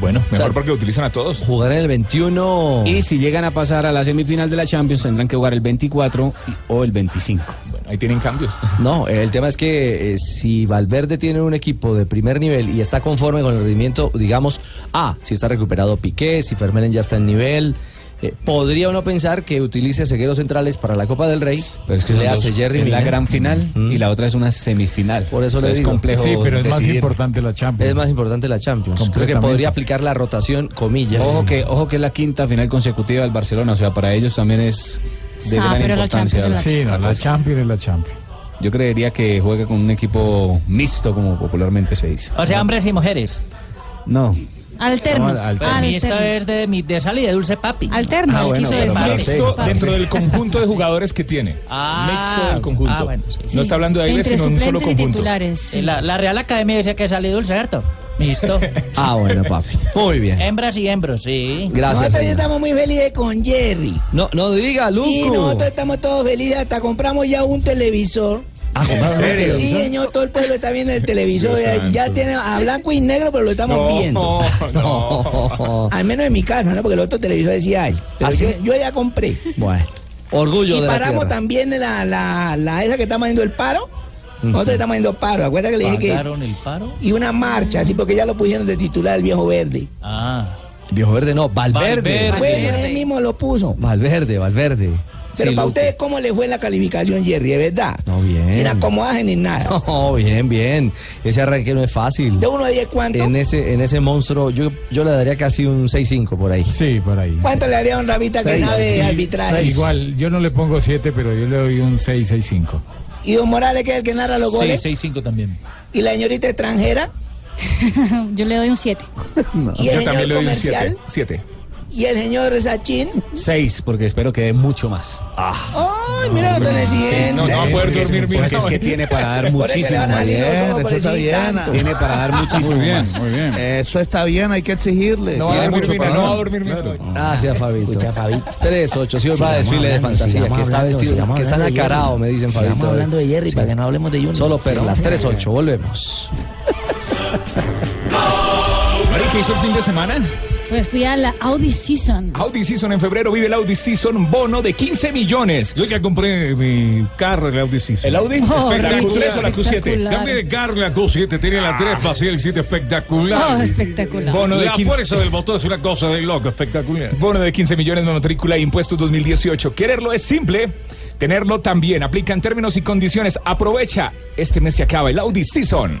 S10: Bueno, mejor porque lo utilizan a todos.
S7: Jugar en el 21.
S18: Y si llegan a pasar a la semifinal de la Champions, tendrán que jugar el 24 y- o el 25.
S10: Bueno, ahí tienen cambios.
S7: No, el tema es que eh, si Valverde tiene un equipo de primer nivel y está conforme con el rendimiento, digamos, ah, si está recuperado Piqué, si Fermelen ya está en nivel, eh, podría uno pensar que utilice cegueros centrales para la Copa del Rey.
S18: Pero es que
S7: le
S18: son
S7: hace
S18: dos.
S7: Jerry
S18: es la
S7: Mina.
S18: gran final y la otra es una semifinal. Por
S7: eso le
S18: es
S7: digo.
S18: complejo.
S7: Sí, pero es más importante
S23: la Champions.
S7: Es más importante la Champions. Creo que
S18: Completamente.
S7: podría aplicar la rotación, comillas.
S18: Ojo que, ojo que es la quinta final consecutiva del Barcelona, o sea, para ellos también es de
S23: Ah,
S18: gran
S23: pero la
S18: importancia.
S23: Champions es la Sí, no, la Champions. Champions es la Champions.
S18: Yo creería que juega con un equipo mixto, como popularmente se
S10: Ah.
S18: dice.
S12: O sea, hombres y mujeres.
S18: No.
S12: Alterno.
S18: No, al-
S12: Para mí esto
S18: alterno.
S12: es de, mi, de sal y de dulce papi. Alterno,
S10: Ah, él bueno, quiso pero decir. mixto dentro del conjunto de jugadores que tiene. Mixto del conjunto.
S12: ah, bueno, sí.
S10: No está hablando de aire,
S12: Entre
S10: sino un solo
S12: suplentes y
S10: conjunto.
S12: titulares. Eh, La, la Real Academia dice que es sal y dulce, ¿cierto? Listo.
S7: Ah, bueno, papi. Muy bien.
S12: Hembras y hembros, sí.
S7: Gracias,
S8: Nosotros ya
S7: señor.
S8: estamos muy felices con Jerry.
S7: No, no diga, Luco.
S8: Sí, nosotros estamos todos felices, hasta compramos ya un televisor.
S7: Ah, ¿en serio?
S8: Sí, señor, todo el pueblo está viendo el televisor.
S7: Dios
S8: ya- ya
S7: santo.
S8: tiene a blanco y negro, pero lo estamos
S7: No,
S8: viendo.
S7: no.
S8: Al menos en mi casa, ¿no? Porque el otro televisor decía, ay, pero
S7: ¿Ah, sí?
S8: yo, yo ya compré.
S7: Bueno, orgullo
S8: y
S7: de la
S8: paramos
S7: tierra.
S8: también la, la, la esa que estamos haciendo el paro. Nosotros estamos haciendo paro.
S7: Ah,
S8: Acuérdate que le dije
S12: ¿Pagaron
S8: que...
S12: el paro?
S8: Y una marcha, así porque ya lo pusieron de titular el viejo verde.
S12: Ah.
S7: Viejo Verde no, Valverde.
S8: Bueno, él mismo lo puso.
S7: Valverde, Valverde.
S8: Pero
S7: Sí,
S8: para
S7: Luco.
S8: ustedes, ¿cómo le fue la calificación, Jerry? ¿Es verdad?
S7: No, bien.
S8: Sin acomodaje ni nada.
S7: No, bien, bien. Ese arranque no es fácil.
S8: ¿De uno a diez cuánto?
S7: En ese, en ese monstruo, yo, yo le daría casi un 6-5 por ahí.
S23: Sí, por ahí.
S8: ¿Cuánto le haría a un Ramita que sabe arbitrar?
S23: Igual, yo no le pongo 7, pero yo le doy un 6, 6, 5.
S8: ¿Y Don Morales, que es el que narra los goles?
S33: 6-5 también.
S8: ¿Y la señorita extranjera?
S34: Yo le doy un 7.
S8: ¿Y el señor
S10: Yo también le doy un
S8: comercial?
S10: 7. 7.
S8: ¿Y el señor Sachin?
S18: Seis, porque espero que dé mucho más.
S10: Ah,
S8: ¡Ay, mira lo que
S18: Sí,
S8: tenés!
S18: no, no va a poder
S10: Porque-
S18: dormir
S10: porque
S18: bien.
S10: es que tiene para dar
S18: Por
S8: eso le
S11: muchísimo
S8: van a
S11: más.
S8: decir los ojos por
S11: eso está
S8: decir
S11: bien.
S8: tanto.
S18: Tiene para dar muchísimo
S11: Muy bien,
S18: más.
S11: muy bien. Eso está bien, hay que exigirle.
S18: No va a
S11: Tiene
S18: dormir
S11: mucho
S18: bien,
S11: para
S18: no va
S11: dar.
S18: a dormir bien.
S7: Gracias, Fabito. Escucha,
S8: Fabito.
S7: 3-8, sí, hoy va a
S35: Sigamos
S7: desfile de
S35: hablando,
S7: fantasía,
S35: sigamos
S7: que está
S35: hablando,
S7: vestido,
S35: sigamos
S7: que está
S35: hablando de
S7: nacarado,
S35: Jerry.
S7: me dicen Fabito. ¿eh?
S35: Sigamos hablando
S8: de Jerry
S7: para que
S8: no hablemos de Junior.
S7: Solo perlas, 3-8, volvemos.
S10: ¿Qué hizo el fin de semana?
S9: Pues fui a la Audi Season.
S10: Audi Season en febrero vive el Audi Season bono de 15 millones.
S12: Yo ya compré mi carro en el Audi Season.
S10: ¿El Audi?
S12: Oh,
S10: Espectacular.
S12: la Q3 o la Q7.
S9: espectacular.
S12: Cambié de carro la Q7, tenía la 3, pasé el 7 espectacular.
S9: Oh, espectacular.
S10: Bono de
S12: la
S10: 15.
S12: fuerza del motor es una cosa de loco, espectacular.
S10: Bono de 15 millones de matrícula e impuestos 2018. Quererlo es simple, tenerlo también. Aplican términos y condiciones. Aprovecha. Este mes se acaba el Audi Season.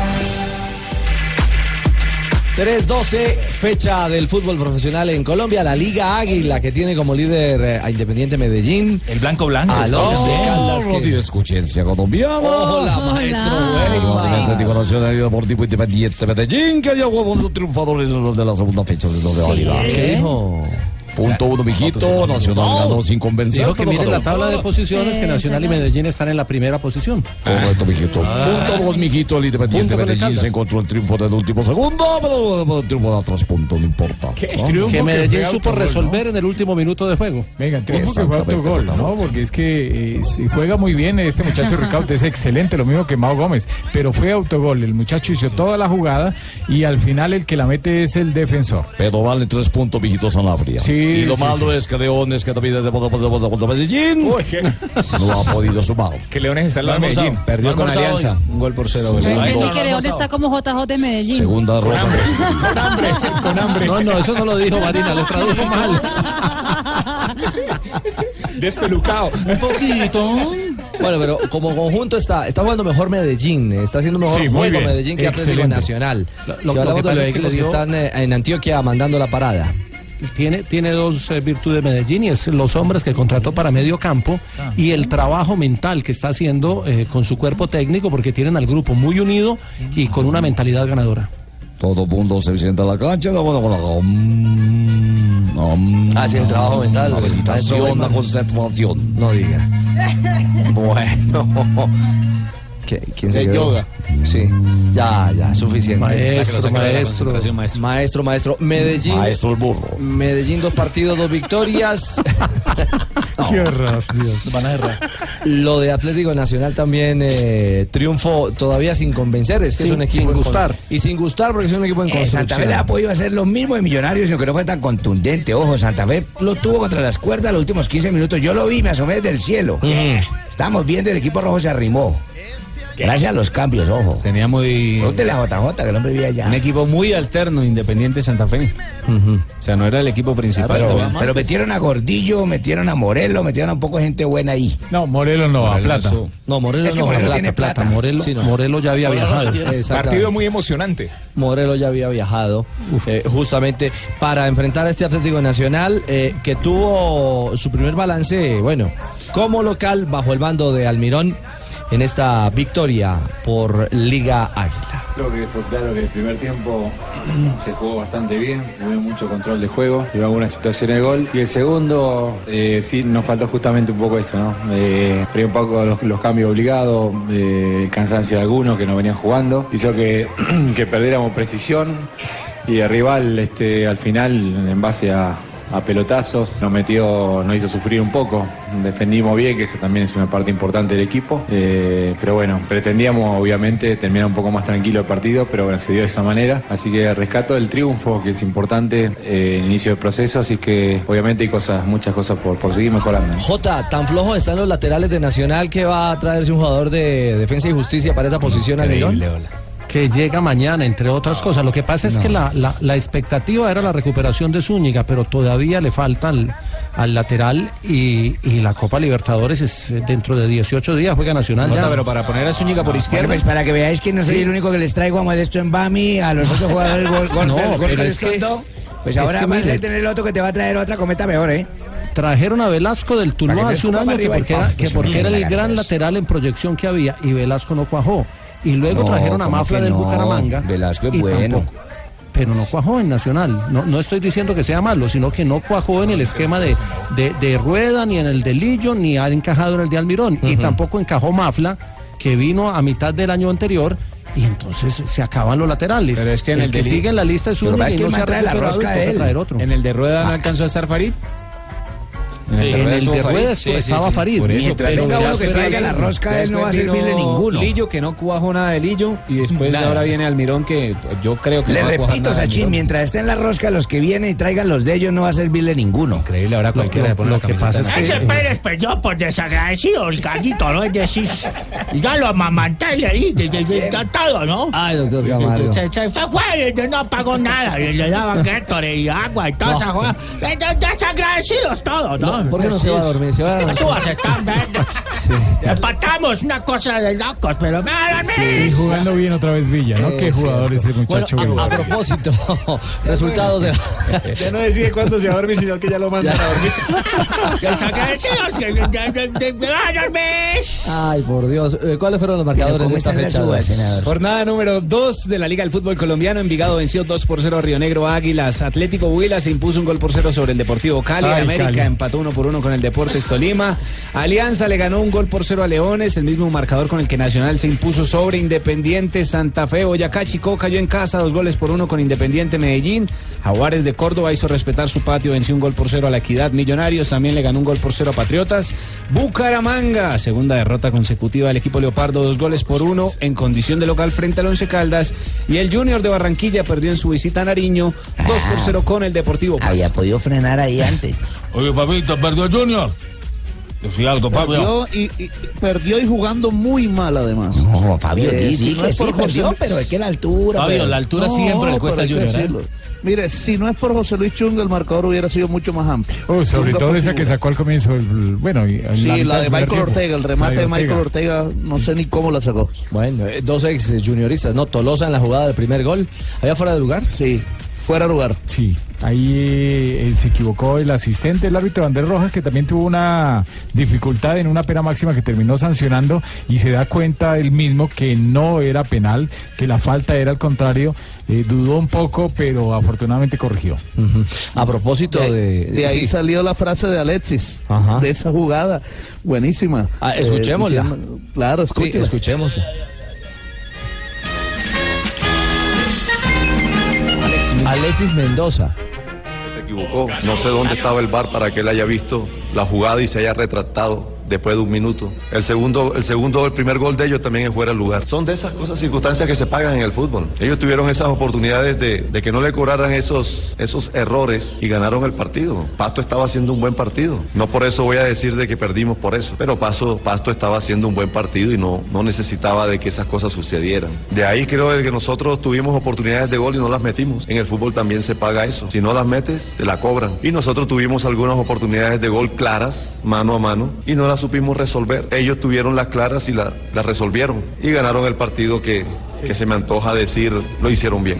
S7: 3-12, fecha del fútbol profesional en Colombia, la Liga Águila que tiene como líder eh, a Independiente Medellín. El
S36: Blanco Blanco.
S7: A los
S36: Estamos-
S7: Caldas que-
S30: Escuchencia colombiana.
S7: Hola, maestro.
S30: Igualmente, Atlético Nacional y Deportivo Independiente Medellín, que ya hubo los triunfadores los de la segunda fecha de doble válida.
S7: ¿Qué dijo?
S30: Punto uno, mijito. Nacional ganó sin convencer.
S20: Dijo que
S30: pero
S20: miren la
S30: ganó.
S20: tabla de posiciones que Nacional y Medellín están en la primera Ah, posición.
S30: Correcto, mijito. Punto dos, mijito. El Independiente
S20: Punto con el
S30: Medellín
S20: Caldas.
S30: se encontró el triunfo del último segundo, pero pero el triunfo da tres puntos, no importa. ¿no?
S20: que Medellín supo resolver en el último minuto de juego.
S23: Venga, Triunfo que juega otro gol, ¿no? Porque es que eh, se juega muy bien este muchacho Ricaute, es excelente, lo mismo que Mao Gómez, pero fue autogol, el muchacho hizo toda la jugada y al final el que la mete es el defensor.
S30: Pero vale tres puntos, mijito Sanabria.
S23: Sí,
S30: y lo
S23: sí,
S30: malo es que León es que también es de Bogotá, Bogotá, Bogotá, Medellín no ha podido sumar.
S10: Que Leones está en la
S30: No ha almorzado.
S10: Medellín.
S30: Perdió
S10: No ha
S30: con
S10: almorzado
S30: Alianza,
S10: hoy.
S30: un gol por cero,
S9: Yo
S30: ¿verdad?
S9: entendí
S30: Ay,
S9: que León está como JJ de Medellín.
S30: Segunda roja.
S20: No, no, eso no lo dijo Marina, lo tradujo mal.
S10: Despelucado.
S7: Un poquito. Bueno, pero como conjunto está, está jugando mejor Medellín, eh, está haciendo mejor
S20: Sí, muy
S7: juego
S20: bien.
S7: Medellín que Atlético
S20: Excelente.
S7: Nacional.
S20: Lo- lo-
S7: si
S20: lo
S7: hablamos
S20: que
S7: de
S20: pasa
S7: los
S20: es que
S7: equipos que
S20: cogió-
S7: están eh, en Antioquia mandando la parada.
S20: Tiene, tiene dos eh, virtudes Medellín y es los hombres que contrató para medio campo y el trabajo mental que está haciendo eh, con su cuerpo técnico porque tienen al grupo muy unido y con una mentalidad ganadora.
S30: Todo mundo se sienta en la cancha. la bola, bola, om, om.
S7: Hace el trabajo mental.
S30: La meditación, la concentración.
S7: No diga. Bueno. ¿Qué- ¿Quién se
S30: El
S7: quedó?
S30: yoga.
S7: Sí, ya, ya, suficiente.
S20: Maestro,
S7: Sáquelo, sáquelo de la
S20: maestro.
S7: concentración, maestro. Maestro, maestro. Medellín.
S30: Maestro el burro.
S7: Medellín, dos partidos, dos victorias.
S23: Qué horror, Dios.
S7: Van a Lo de Atlético Nacional también eh, triunfo todavía sin convencer. Es que es
S8: Sin-
S7: un equipo.
S8: sin
S7: en con-
S8: gustar.
S7: Y sin gustar porque es un equipo en
S8: Eh,
S7: construcción.
S8: Santa Fe le ha podido hacer lo mismo de Millonarios, sino que no fue tan contundente. Ojo, Santa Fe lo tuvo contra las cuerdas los últimos 15 minutos. Yo lo vi, me asomé desde el cielo. Estábamos viendo, el equipo rojo se arrimó. Gracias a los cambios, ojo.
S18: Tenía muy.
S8: Pregúntele a JJ, que el hombre vivía allá.
S18: Un equipo muy alterno, Independiente Santa Fe. O sea, no era el equipo principal.
S8: Pero, pero metieron a Gordillo, metieron a Morelo, metieron a un poco de gente buena ahí.
S23: No, Morelos no, a plata.
S7: No, Morelos
S8: Es que
S7: no,
S8: Morelos
S7: plata,
S8: tiene
S7: plata.
S8: plata.
S7: Morelos,
S8: Sí, no.
S7: Morelos ya había viajado. Exactamente.
S10: Partido muy emocionante.
S7: Morelos ya había viajado eh, justamente para enfrentar a este Atlético Nacional eh, que tuvo su primer balance, bueno, como local bajo el mando de Almirón en esta victoria por Liga Águila.
S17: Creo que fue claro que el primer tiempo se jugó bastante bien, tuvimos mucho control de juego, hubo algunas situaciones de gol. Y el segundo, eh, sí, nos faltó justamente un poco eso, ¿no? Eh, primero un poco los, los cambios obligados, eh, el cansancio de algunos que no venían jugando, hizo que, que perdiéramos precisión y el rival este, al final, en base a, a pelotazos, nos metió, nos hizo sufrir un poco. Defendimos bien, que esa también es una parte importante del equipo. Eh, pero bueno, pretendíamos obviamente terminar un poco más tranquilo el partido, pero bueno, se dio de esa manera. Así que rescato el triunfo, que es importante eh, en el inicio del proceso, así que obviamente hay cosas, muchas cosas por, por seguir mejorando.
S7: Jota, tan flojos están los laterales de Nacional que va a traerse un jugador de Defensa y Justicia para esa posición Almirón.
S20: que llega mañana, entre otras cosas. Lo que pasa es que la, la- la expectativa era la recuperación de Zúñiga, pero todavía le falta al, al lateral y, y la Copa Libertadores es eh, dentro de 18 días, juega Nacional ya.
S18: pero para poner a Zúñiga por izquierda.
S8: Bueno, pues para que veáis que no soy
S20: Sí.
S8: el único que les traigo a Modesto en Bami, a los otros jugadores gol, gol,
S20: No,
S8: gol-
S20: pero
S8: gol-
S20: es que-
S8: descontó, Pues
S20: es
S8: ahora
S20: que
S8: vas
S20: mire.
S8: a tener el otro que te va a traer otra cometa mejor, ¿eh?
S20: Trajeron a Velasco del
S8: Para
S20: Tuluá
S8: que
S20: hace un
S8: escupa
S20: año
S8: para
S20: que
S8: arriba y
S20: porque,
S8: ¡pam!
S20: era, que
S8: Pues
S20: porque
S8: mira,
S20: era el
S8: la
S20: gran
S8: ganó.
S20: lateral en proyección que había y Velasco no cuajó. Y luego
S8: No,
S20: trajeron a
S8: ¿cómo
S20: Mafla
S8: que
S20: del
S8: no?
S20: Bucaramanga.
S8: Velasco es
S20: y
S8: bueno.
S20: tampoco- pero no cuajó en Nacional. No, no estoy diciendo que sea malo, sino que no cuajó en el esquema de, de, de Rueda, ni en el de Lillo, ni ha encajado en el de Almirón. Y tampoco encajó Mafla, que vino a mitad del año anterior y entonces se acaban los laterales.
S18: Pero es que en el
S20: que
S18: de Li-
S20: sigue en la lista es
S18: Lo que
S20: uno
S18: pasa es
S20: y
S18: que
S20: no
S18: el
S20: se
S18: man
S20: ha
S18: trae la
S20: recuperado y
S18: rosca de
S20: toca
S18: él. Ah.
S20: traer otro.
S18: En el de Rueda no alcanzó a estar Farid.
S20: En el de
S18: estuvo
S20: Rueda estuvo- estaba Farid.
S18: Por eso,
S20: Mientras
S18: pero
S20: venga
S18: ya
S20: uno que
S18: espera
S20: traiga
S18: ahí.
S20: la rosca,
S18: Ya
S20: él no va a
S18: después
S20: servirle
S18: vino
S20: ninguno.
S18: Lillo que no cuajó nada de Lillo y después
S8: Nada.
S18: ahora viene Almirón que yo creo que
S8: Le
S18: no va a cuajar
S8: repito,
S18: nada de
S8: Sachin,
S18: Almirón.
S8: mientras esté en la rosca, los que vienen y traigan los de ellos no va a servirle ninguno. Increíble, ahora
S18: cualquiera le pone la camiseta en la
S37: Ese Pérez perdió por desagradecido, el gallito, ¿no? Es decir, ya lo amamanté y le di, de- de- de- de todo, ¿no?
S7: Ay, doctor Camargo.
S37: Se, se- se fue y no pagó nada, y le daban Gatorade y agua y todas esas cosas. Eh, de- Desagradecidos todos, ¿no?
S7: No, ¿Por qué no se va a dormir? Se va a dormir.
S37: Subas están verdes. eh, Empatamos una cosa de locos, pero me a dormir.
S23: Sí, jugando bien otra vez Villa, ¿no? Qué
S7: Eh,
S23: jugador es el
S7: Bueno,
S23: muchacho.
S7: a, a
S23: Villa.
S7: propósito, resultados de.
S17: Ya no decide cuándo se va a dormir, sino que ya lo mandan a dormir.
S37: Desagradecidos, que de- de- de- me van a dormir.
S7: Ay, por Dios. Eh, ¿Cuáles fueron los marcadores de esta fecha?
S18: Jornada número 2 de la Liga del Fútbol Colombiano. Envigado venció 2 por 0 a Río Negro Águilas. Atlético Huila se impuso un gol por 0 sobre el Deportivo Cali.
S7: Ay,
S18: El América
S7: Cali.
S18: empató 1 por 1 con el Deportes Tolima. Alianza le ganó un gol por 0 a Leones, el mismo marcador con el que Nacional se impuso sobre Independiente Santa Fe. Boyacá Chicó cayó en casa, dos goles por 1 con Independiente Medellín. Jaguares de Córdoba hizo respetar su patio, venció un gol por 0 a la Equidad. Millonarios también le ganó un gol por 0 a Patriotas. Bucaramanga, segunda derrota consecutiva del equipo Leopardo, dos goles por uno en condición de local frente al Once Caldas. Y el Junior de Barranquilla perdió en su visita a Nariño, 2 por 0 con el Deportivo Pasto.
S8: Ah. Había podido frenar ahí antes.
S12: Oye, Fabito, perdió Junior. Decía algo, Fabio.
S11: Perdió y, y- perdió y jugando muy mal además. Eh,
S8: No, Fabio,
S7: Eh,
S8: di- di que
S11: es
S8: sí,
S11: por
S8: perdió,
S11: José-
S8: pero es que la altura, Fabio, pero- la altura siempre le cuesta
S11: pero hay que
S8: al Junior, ¿eh?
S11: decirlo. Mire, si no es por José Luis Chunga, el marcador hubiera sido mucho más amplio.
S23: Uh, sobre
S11: Chunga
S23: todo
S11: fue
S23: esa que
S11: figura.
S23: sacó al comienzo. el- bueno, y- en
S11: Sí,
S23: mitad
S11: la de
S23: del primer
S11: Michael
S23: tiempo.
S11: Ortega, el
S23: La
S11: remate
S23: de
S11: de Michael
S23: Ortega.
S11: Ortega, no sé ni cómo la sacó.
S7: Bueno, eh, dos ex eh, junioristas, ¿no? Tolosa en la jugada del primer gol. ¿Había fuera de lugar?
S11: Sí, fuera de lugar.
S23: Sí, ahí eh, se equivocó el asistente, el árbitro Andrés Rojas, que también tuvo una dificultad en una pena máxima que terminó sancionando y se da cuenta él mismo que no era penal, que la falta era al contrario. Eh, dudó un poco, pero afortunadamente corrigió.
S7: A propósito de...
S11: De ahí salió la frase de Alexis,
S7: Ajá.
S11: de esa jugada, buenísima. Eh,
S7: Ah, escuchémosla.
S11: claro,
S7: Sí,
S11: escúchela.
S7: escuchémosla. Alexis Mendoza.
S27: equivocó. No sé dónde estaba el bar para que él haya visto la jugada y se haya retractado después de un minuto. El segundo, el segundo, el primer gol de ellos también es fuera de lugar. Son de esas cosas, circunstancias que se pagan en el fútbol. Ellos tuvieron esas oportunidades de, de que no le cobraran esos, esos errores y ganaron el partido. Pasto estaba haciendo un buen partido. No por eso voy a decir de que perdimos por eso, pero Pasto, Pasto estaba haciendo un buen partido y no, no necesitaba de que esas cosas sucedieran. De ahí creo de que nosotros tuvimos oportunidades de gol y no las metimos. En el fútbol también se paga eso. Si no las metes, te la cobran. Y nosotros tuvimos algunas oportunidades de gol claras, mano a mano, y no las supimos resolver. Ellos tuvieron las claras y la- las resolvieron. Y ganaron el partido que, que se me antoja decir lo hicieron bien.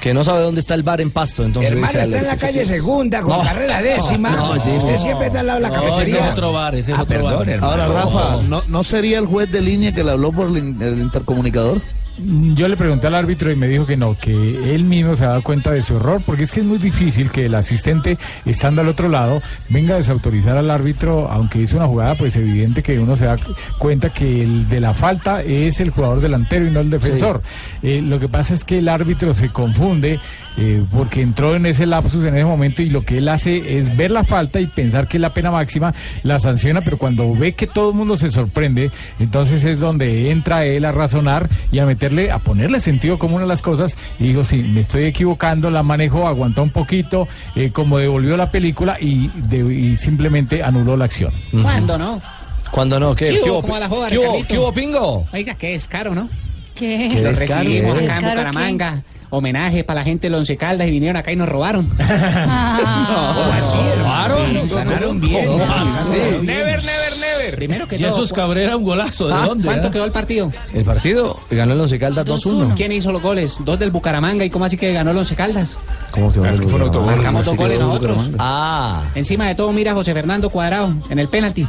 S7: Que no sabe dónde está el bar en Pasto, entonces
S8: Hermano,
S7: dice
S8: está en la
S7: Alexis.
S8: calle segunda, con
S7: No.
S8: carrera décima.
S7: No, sí,
S8: Usted
S7: no.
S8: siempre está al lado de la
S7: No,
S8: cabecería.
S7: ese es otro bar, ese es
S8: ah,
S7: otro
S8: perdón,
S7: bar.
S8: hermano.
S11: Ahora, Rafa, ¿no, ¿no sería el juez de línea que le habló por el in- el intercomunicador?
S23: Yo le pregunté al árbitro y me dijo que no, que él mismo se ha dado cuenta de su error, porque es que es muy difícil que el asistente, estando al otro lado, venga a desautorizar al árbitro, aunque hizo una jugada, pues evidente que uno se da cuenta que el de la falta es el jugador delantero y no el defensor. Eh, lo que pasa es que el árbitro se confunde eh, porque entró en ese lapsus en ese momento y lo que él hace es ver la falta y pensar que es la pena máxima, la sanciona, pero cuando ve que todo el mundo se sorprende, entonces es donde entra él a razonar y a meterle, a ponerle sentido común a las cosas y digo, sí, me estoy equivocando, la manejo, aguantó un poquito, eh, como devolvió la película y, de- y simplemente anuló la acción.
S29: ¿Cuándo no?
S7: Mm. Cuando no, ¿qué?
S29: ¿Qué hubo?
S7: ¿Qué hubo,
S29: ¿Cómo va la joda,
S7: ¿Qué hubo?
S29: Ricardito?
S7: ¿Qué hubo, pingo?
S29: Oiga, qué descaro, ¿no?
S38: ¿Qué?
S7: Qué
S29: Lo
S7: descaro,
S29: recibimos
S7: ¿qué?
S29: acá en
S7: ¿Descaro
S29: Bucaramanga. Homenaje para la gente del Once Caldas y vinieron acá y nos robaron. Ah.
S18: Nos ganaron bien.
S12: Oh,
S29: Never, never, never. Primero que
S18: Jesús
S29: todo,
S18: Cabrera, un golazo. ¿De
S29: ¿cu-
S18: dónde?
S29: ¿Cuánto
S18: eh?
S29: quedó el partido?
S7: El partido ganó el Once Caldas 2-1.
S29: ¿Quién hizo los goles? Dos del Bucaramanga y cómo así que ganó el Once Caldas.
S7: ¿Cómo
S23: Ah,
S7: que
S29: Es que fue un autogol. Marcamos dos goles nosotros.
S7: Ah.
S29: Encima de todo, mira a José Fernando Cuadrado en el penalti.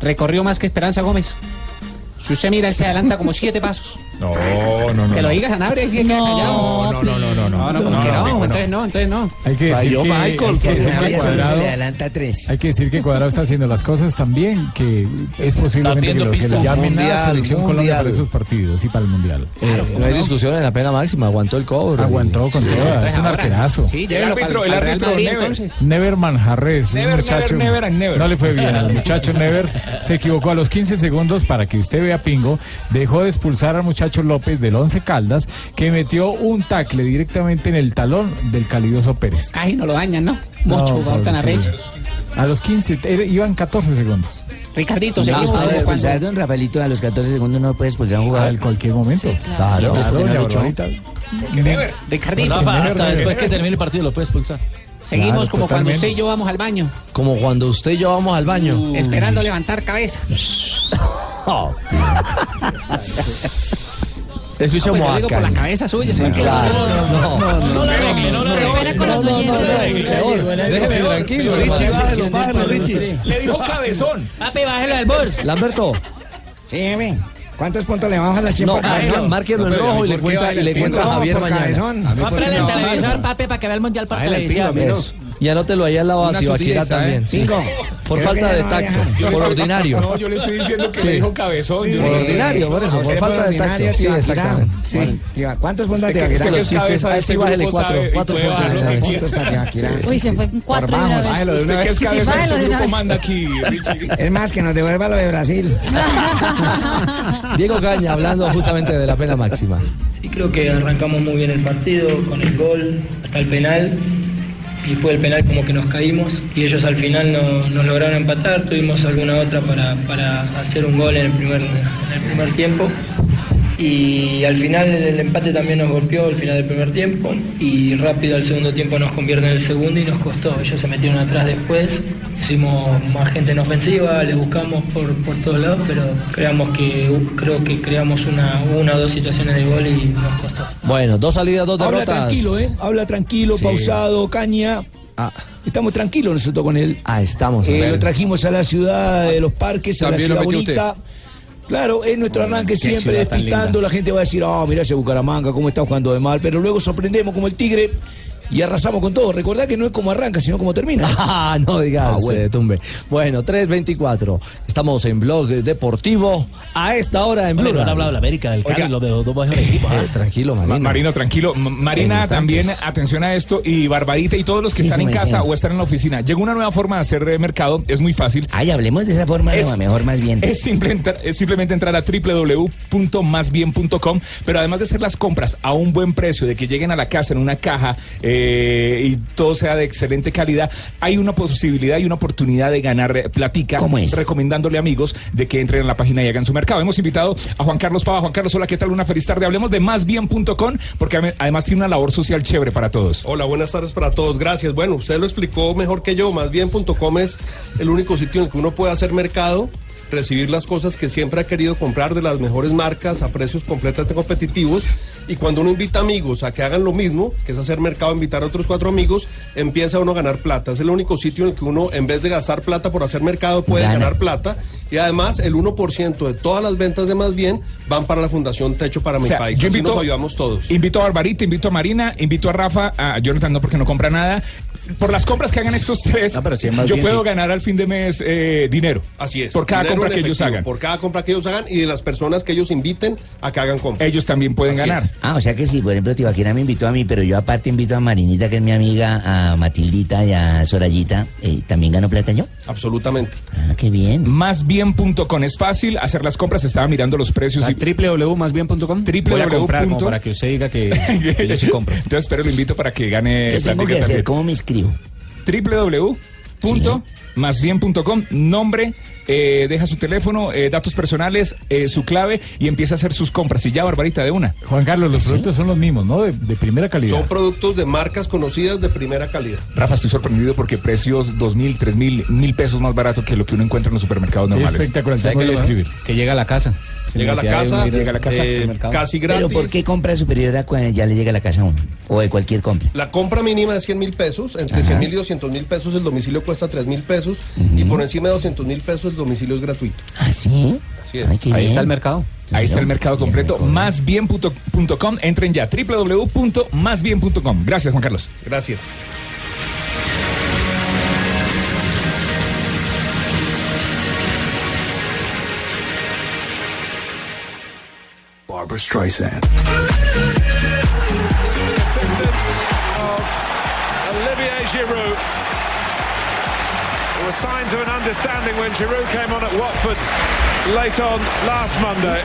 S29: Recorrió más que Esperanza Gómez. Si usted mira, él se adelanta como siete pasos.
S10: No, no, no.
S18: Que lo diga Sanabria y si es que callado.
S10: No, no, no, no, no.
S18: No, no, como que no, entonces no, entonces no.
S23: Hay que decir
S18: Falló
S23: que, hay
S18: Michael,
S23: que
S18: pues,
S23: decir que
S18: Sanabria solo se
S23: Cuadrado,
S18: le
S8: adelanta tres.
S23: hay que decir que Cuadrado está haciendo las cosas también, que es posiblemente que
S7: viendo
S23: lo, que lo
S7: pista.
S23: llamen a
S7: Mundial,
S23: la selección Colombia
S7: mundial.
S23: para esos partidos y para el mundial.
S7: eh, no hay discusión en la pena máxima, aguantó el cobro.
S23: Aguantó con toda, es un arquerazo.
S10: El árbitro, el árbitro Never.
S23: Neverman Harris, un
S10: Never,
S23: muchacho.
S10: never, never and never.
S23: No le fue bien al muchacho Never. Se equivocó a los 15 segundos para que usted vea Pingo. Dejó de expulsar al muchacho López del Once Caldas, que metió un tacle directamente en el talón del calidoso Pérez.
S18: Casi no lo dañan, ¿no? Mucho
S23: No,
S18: jugador tan
S23: pobrecillo.
S18: arrecho.
S23: A los eh, 15, era- iban 14 segundos.
S18: Ricardito,
S23: No,
S18: seguimos
S23: a
S18: con
S23: ver,
S18: los
S23: pues,
S18: cuantos.
S8: ¿Sabes, don Rafaelito? A los 14 segundos no puede expulsar a un jugador. En
S23: cualquier momento.
S8: claro.
S23: Claro,
S8: Entonces, ¿por qué no
S23: ya
S8: lo
S23: habló
S8: echó?
S23: ahorita.
S18: Never. Ricardito.
S12: Rafa, hasta Never. después que termine el partido lo puedes pulsar.
S18: Seguimos como
S7: Claro,
S18: cuando
S7: totalmente.
S18: usted y yo Uh. vamos al baño,
S7: Como cuando usted y yo vamos al baño.
S18: esperando levantar cabeza.
S7: Oh. Escuchemos
S18: Pues yo
S7: a
S18: digo por la
S7: Cali.
S18: cabeza suya.
S7: Sí,
S18: ¿no? Que
S7: claro.
S18: eso-
S7: No, no, no.
S18: la arregle, no la arregle.
S7: Déjeme tranquilo. Richie, bájalo, bájalo, Richie.
S10: Le dijo cabezón.
S18: Papi, bájelo al bors.
S7: Lamberto.
S8: Sí, dime. ¿Cuántos puntos le bajas a Chimpa?
S7: No, marque- márquelo en rojo y le cuenta, y le cuenta a Javier mañana.
S12: Cómprale el televisor, papi, para que vea el mundial por
S7: Bájale el pino,
S12: televisión.
S7: Eso. Y anótelo ahí al lado a
S12: Una
S7: Tibaquira
S12: sutileza, ¿eh?
S7: también. sí.
S12: Cinco.
S7: Por
S12: Creo
S7: falta
S12: que
S7: de
S12: no
S7: tacto,
S12: había-
S7: por ordinario.
S10: No, yo le estoy diciendo que
S7: Sí.
S10: le dijo cabezón.
S7: Sí.
S10: Yo-
S7: Por ordinario, por eso,
S10: A
S7: por
S10: usted
S7: falta de tacto. Sí,
S10: ordinario,
S7: exactamente. Sí.
S8: ¿Cuántos puntos
S10: Usted que-
S8: te va a
S7: Es que los
S10: cabeza
S7: chistes,
S10: de
S7: ahí
S10: este
S7: sí bájele
S10: grupo
S7: cuatro,
S10: sabe y
S7: cuatro
S10: puede
S7: puntos
S10: bajar
S7: de
S10: los
S7: tacto.
S10: puntos para
S9: Uy, se fue en cuatro de una
S8: Vamos,
S9: vez.
S8: bájelo de
S10: ¿Usted que es
S9: Sí,
S10: cabeza de
S9: bájalo
S10: este
S9: de una
S10: grupo
S9: vez.
S10: manda aquí, Richie?
S8: Es más, que nos devuelva lo de Brasil.
S7: Diego Caña hablando justamente de la pena máxima.
S39: Sí, creo que arrancamos muy bien el partido con el gol hasta el penal. Y después del penal como que nos caímos y ellos al final no- nos lograron empatar. Tuvimos alguna otra para, para hacer un gol en el, primer, en el primer tiempo. Y al final el empate también nos golpeó al final del primer tiempo. Y rápido al segundo tiempo nos convierten en el segundo y nos costó. Ellos se metieron atrás después. Hicimos más gente en ofensiva, le buscamos por, por todos lados, pero creamos que, creo que creamos una, una o dos situaciones de gol y nos costó.
S7: Bueno, dos salidas, dos
S8: Habla
S7: derrotas.
S8: tranquilo, ¿eh? Habla tranquilo,
S7: Sí.
S8: pausado, caña. Estamos tranquilos nosotros con él.
S7: Ah, estamos. a
S8: Eh,
S7: ver.
S8: lo trajimos a la ciudad de los parques, a la
S7: También lo
S8: ciudad
S7: metió usted.
S8: bonita. Claro, es nuestro arranque
S7: qué
S8: siempre
S7: ciudad tan
S8: despistando. La gente va a decir, ah, mirá ese Bucaramanga, cómo está jugando de mal. Pero luego sorprendemos como el Tigre y arrasamos con todo. Recordá que no es como arranca, sino como termina.
S7: Ah, no digas,
S8: Ah, bueno.
S7: eh, tumbe. Bueno, 3.24. Estamos en Blog Deportivo. A esta hora en Blog.
S10: no han hablado de la
S7: América, del
S10: Cali,
S7: los de los dos mejores equipos.
S10: Eh.
S12: Ah, Eh,
S7: tranquilo,
S10: ah. Ma-
S7: Marino.
S10: Marino, tranquilo. M- Marina,
S7: instantes.
S10: también atención a esto. Y Barbarita y todos los que
S8: Sí,
S10: están
S8: sí,
S10: en
S8: me
S10: casa
S8: dicen.
S10: o están en la oficina. Llega una nueva forma de hacer eh, mercado. Es muy fácil.
S8: Ay, hablemos de esa forma,
S10: Es-
S8: no, mejor más bien.
S10: Es, simple entra- es simplemente entrar a www.masbien.com, pero además de hacer las compras a un buen precio, de que lleguen a la casa en una caja eh, y todo sea de excelente calidad, hay una posibilidad y una oportunidad de ganar eh, platica, recomendándole a amigos de que entren a la página y hagan su mercado. Hemos invitado a Juan Carlos Pava. Juan Carlos, hola, ¿qué tal? Una feliz tarde. Hablemos de masbien.com, porque ame- además tiene una labor social chévere para todos.
S40: Hola, buenas tardes para todos. Gracias. Bueno, usted lo explicó mejor que yo. Más bien, .com es el único sitio en el que uno puede hacer mercado, recibir las cosas que siempre ha querido comprar de las mejores marcas a precios completamente competitivos. Y cuando uno invita amigos a que hagan lo mismo, que es hacer mercado, invitar a otros cuatro amigos, empieza uno a ganar plata. Es el único sitio en el que uno, en vez de gastar plata por hacer mercado, puede ganar plata. Y además, el 1% de todas las ventas de Más bien van para la Fundación Techo para mi
S10: O sea,
S40: país.
S10: yo
S40: Así
S10: invito-
S40: nos ayudamos todos.
S10: Invito a Barbarita, invito a Marina, invito a Rafa, a Jonathan no porque no compra nada. Por las compras que hagan estos tres,
S40: más
S10: yo
S40: bien,
S10: puedo
S40: sí.
S10: ganar al fin de mes eh, dinero.
S40: Así es.
S10: Por cada
S40: Dinero en
S10: compra que ellos
S40: efectivo,
S10: hagan.
S40: Por cada compra que ellos hagan y de las personas que ellos inviten a que hagan compra.
S10: Ellos también pueden
S40: Ah,
S8: Ah, o sea que si, por ejemplo, Tibaquera me invitó a mí, pero yo aparte invito a Marinita, que es mi amiga, a Matildita y a Sorayita, eh, ¿también gano plata yo?
S40: absolutamente.
S8: Ah, qué bien.
S10: Másbien.com es fácil hacer las compras. Estaba mirando los precios.
S22: O sea, www.másbien.com. Voy a comprar como para que usted diga que, que yo sí compro.
S10: Entonces, pero lo invito para que gane.
S22: ¿Qué tengo
S10: platica
S22: que hacer?
S10: también.
S8: ¿Cómo me inscribo?
S10: www.masbien.com, nombre, eh, deja su teléfono, eh, datos personales, eh, su clave y empieza a hacer sus compras. Y ya, Barbarita, de una.
S23: Juan Carlos, los productos son los mismos, ¿no? De, de primera calidad.
S40: Son productos de marcas conocidas de primera calidad.
S10: Rafa, estoy sorprendido porque precios dos mil, tres mil, mil pesos más barato que lo que uno encuentra en los supermercados normales.
S23: espectacular,
S10: ¿Sabe
S23: tengo
S10: qué
S23: que
S10: lo-
S23: escribir.
S22: Que llega a la casa.
S10: Llega a la casa, llega a la casa,
S40: eh, casi gratis.
S8: ¿Pero por qué compra superior a cuando ya le llega a la casa a uno? O de cualquier compra.
S40: La compra mínima es 100 mil pesos, entre 100 mil y 200 mil pesos el domicilio cuesta 3 mil pesos y por encima de 200 mil pesos el domicilio es gratuito.
S8: ¿Ah, sí?
S40: Así es.
S8: Ay, qué bien.
S22: mercado.
S10: Ahí está el mercado completo. Másbien.com. Entren ya. www.másbien.com. Gracias, Juan Carlos.
S6: Gracias.
S22: Barbara Streisand.
S2: assistance of Olivier Giroud. There were signs of an understanding when Giroud came on at Watford late on last Monday.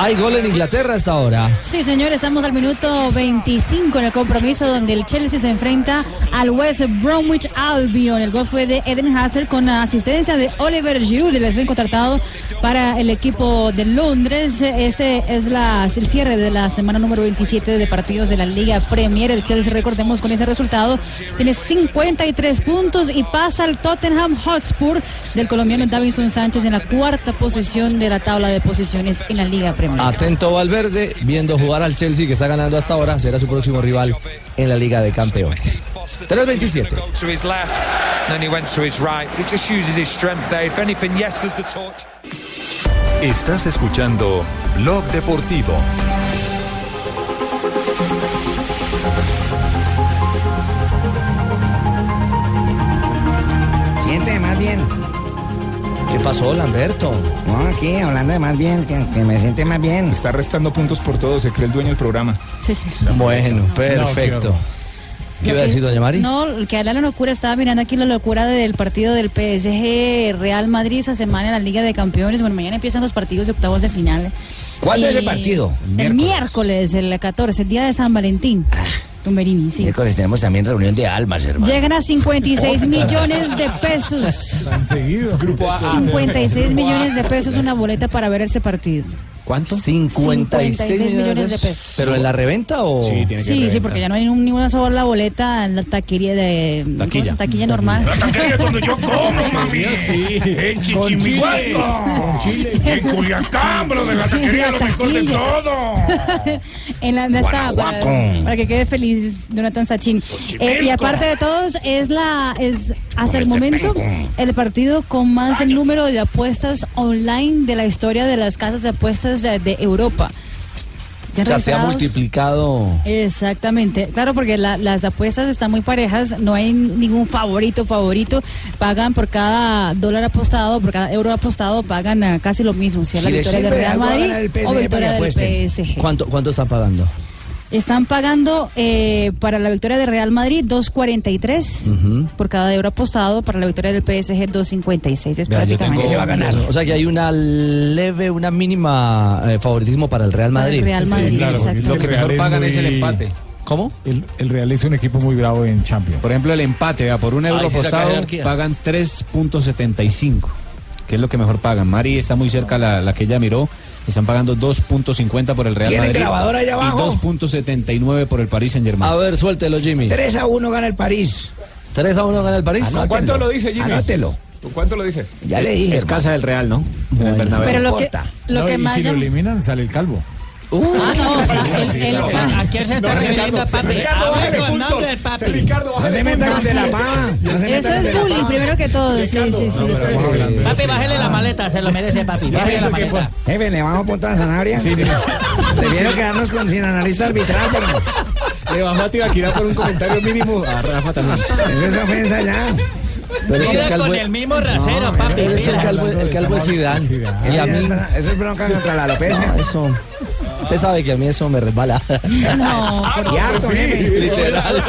S7: Hay gol en Inglaterra hasta ahora.
S9: Sí, señor, estamos al minuto 25 en el compromiso donde el Chelsea se enfrenta al West Bromwich Albion. El gol fue de Eden Hazard con la asistencia de Oliver Giroud, el recién contratado para el equipo de Londres. Ese es la- es el cierre de la semana número 27 de partidos de la Liga Premier. El Chelsea, recordemos, con ese resultado tiene 53 puntos y pasa al Tottenham Hotspur del colombiano Davinson Sánchez en la cuarta posición de la tabla de posiciones en la Liga Premier.
S7: Atento Valverde, viendo jugar al Chelsea que está ganando hasta ahora, será su próximo rival en la Liga de Campeones. 3.27.
S2: Go to his left, and then he went to his right. He just uses his strength there. If anything, yes, there's the torch.
S19: Estás escuchando Blog Deportivo.
S8: Siente más bien.
S7: ¿Qué pasó, Lamberto?
S8: No, aquí, hablando de más bien, que, que me siente más bien.
S10: Está restando puntos por todo. Se cree el dueño del programa.
S7: Bueno,
S10: perfecto.
S7: perfecto. ¿Qué iba a decir, doña Mari?
S9: No, que habla la locura, estaba mirando aquí la locura del partido del PSG Real Madrid esa semana en la Liga de Campeones. Bueno, mañana empiezan los partidos de octavos de final.
S8: ¿Cuándo
S9: Y
S8: es el partido?
S9: El miércoles, el 14, el día de San Valentín. Tumberini, sí.
S8: Ah. Miércoles tenemos también reunión de almas, hermano.
S9: Llegan a 56 millones de pesos.
S8: seguido.
S23: Grupo
S8: A.
S9: 56 millones de pesos una boleta para ver ese partido.
S7: ¿Cuánto? 56,
S9: 56 millones de pesos.
S7: ¿Pero en la reventa o...? Sí,
S9: Sí, sí, porque ya no hay ni una sola boleta en la taquería de... ¿cómo se llama? taquilla normal.
S25: cuando yo como, mami. En Chichimihuaco. En Culiacán, bro, de la taquería, lo mejor de
S9: taquilla.
S25: todo.
S9: en la donde está para,
S25: Guanajuato.
S9: para que quede feliz Jonathan Sachin. Eh, y aparte de todos, es la es hasta el momento el partido con más número de apuestas online de la historia de las casas de apuestas de, de Europa. Ya
S7: O sea, se ha
S9: registrados-
S7: multiplicado...
S9: Exactamente, claro, porque la- las apuestas están muy parejas, no hay ningún favorito, favorito, pagan por cada dólar apostado, por cada euro apostado, pagan ah, casi lo mismo, si es la
S7: Si le
S9: victoria del
S7: sirve de
S9: Real
S7: algo,
S9: Madrid
S7: hagan el
S9: o
S7: PSG para
S9: victoria
S7: que
S8: pues
S9: del
S7: apuesten.
S9: PSG.
S7: ¿Cuánto, ¿Cuánto están pagando?
S9: Están pagando eh, para la victoria de Real Madrid 2.43 por cada euro apostado, para la victoria del PSG 2.56. Es prácticamente
S7: O sea que hay una leve, una mínima eh, favoritismo para el Real
S9: Para el
S7: Madrid.
S9: Real Sí, Madrid, claro,
S23: porque exacto.
S7: Lo que
S23: el
S7: mejor
S23: Real
S7: pagan
S23: muy-
S7: es el empate.
S23: ¿Cómo? El, el Real es un equipo muy bravo en Champions.
S18: Por ejemplo, el empate, vea, por un euro
S23: Ahí sí saca
S18: apostado
S23: jerarquía.
S18: pagan 3.75, que es lo que mejor pagan. Mari está muy cerca la, la que ella miró. Están pagando 2.50 por el Real
S8: ¿Tienen
S18: Madrid.
S8: grabadora allá abajo?
S18: Y 2.79 por el Paris Saint Germain.
S7: A ver, suéltelo, Jimmy.
S8: 3 a 1 gana el París.
S7: 3 a 1 gana el París.
S8: Anótenlo.
S10: ¿Cuánto lo dice, Jimmy?
S8: Anótelo.
S10: ¿Cuánto lo dice?
S8: Ya le dije,
S18: Es
S8: hermano.
S18: casa del Real, ¿no? En el Bernabéu.
S9: Pero lo que, lo
S23: No,
S9: que
S23: y
S9: más
S23: si lo
S9: llama-
S23: eliminan, sale el calvo.
S9: Ah, no, o sea, el- el-
S23: claro.
S9: o sea,
S23: ¿a quién se está refiriendo, papi? Hable con nombre, papi.
S8: No se metan con de la pava. No se
S9: Eso
S8: metan con de
S9: es
S8: la
S9: bullying,
S8: pava.
S9: primero que todo. Sí, sí, sí. sí.
S37: Papi, bájele
S18: Ah.
S37: la maleta, se lo merece, papi.
S8: Yo
S37: Bájele la
S8: pienso que,
S37: maleta.
S8: pues, Jefe, le vamos a apuntar a Sanabria.
S37: Sí, sí.
S8: Prefiero quedarnos con sin analista arbitral. pero-
S18: Le bajó a Tibaquirá por un comentario mínimo a Rafa también.
S8: Eso es ofensa ya.
S7: Pero es que el
S37: Mira,
S7: calvo
S37: con
S7: es-
S37: el mismo rasero, papi.
S7: Pero es que el
S37: mira.
S7: calvo, el calvo es Zidane.
S18: Ah,
S7: Y a
S8: Eso
S7: mí...
S8: es- Eso es bronca contra la alopecia.
S7: No, eso... Usted sabe que a mí eso me resbala.
S9: No,
S8: por Y
S18: pues
S8: harto, favor. jefe.
S7: Literal.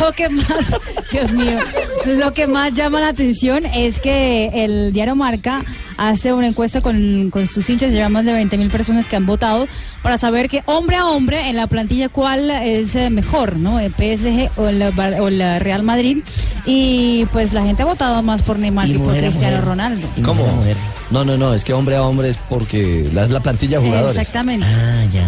S9: Lo que más, Dios mío, lo que más llama la atención es que el diario Marca hace una encuesta con, con sus hinchas, lleva más de 20 mil personas que han votado para saber que hombre a hombre en la plantilla cuál es eh, mejor, ¿no? El PSG o el, Bar- o el Real Madrid. Y pues la gente ha votado más por Neymar que por
S7: mujer a
S9: Cristiano
S7: mujer.
S9: Ronaldo.
S7: ¿Cómo? No, no, no, es que hombre a hombre es porque la, es la plantilla de jugadores.
S9: Exactamente.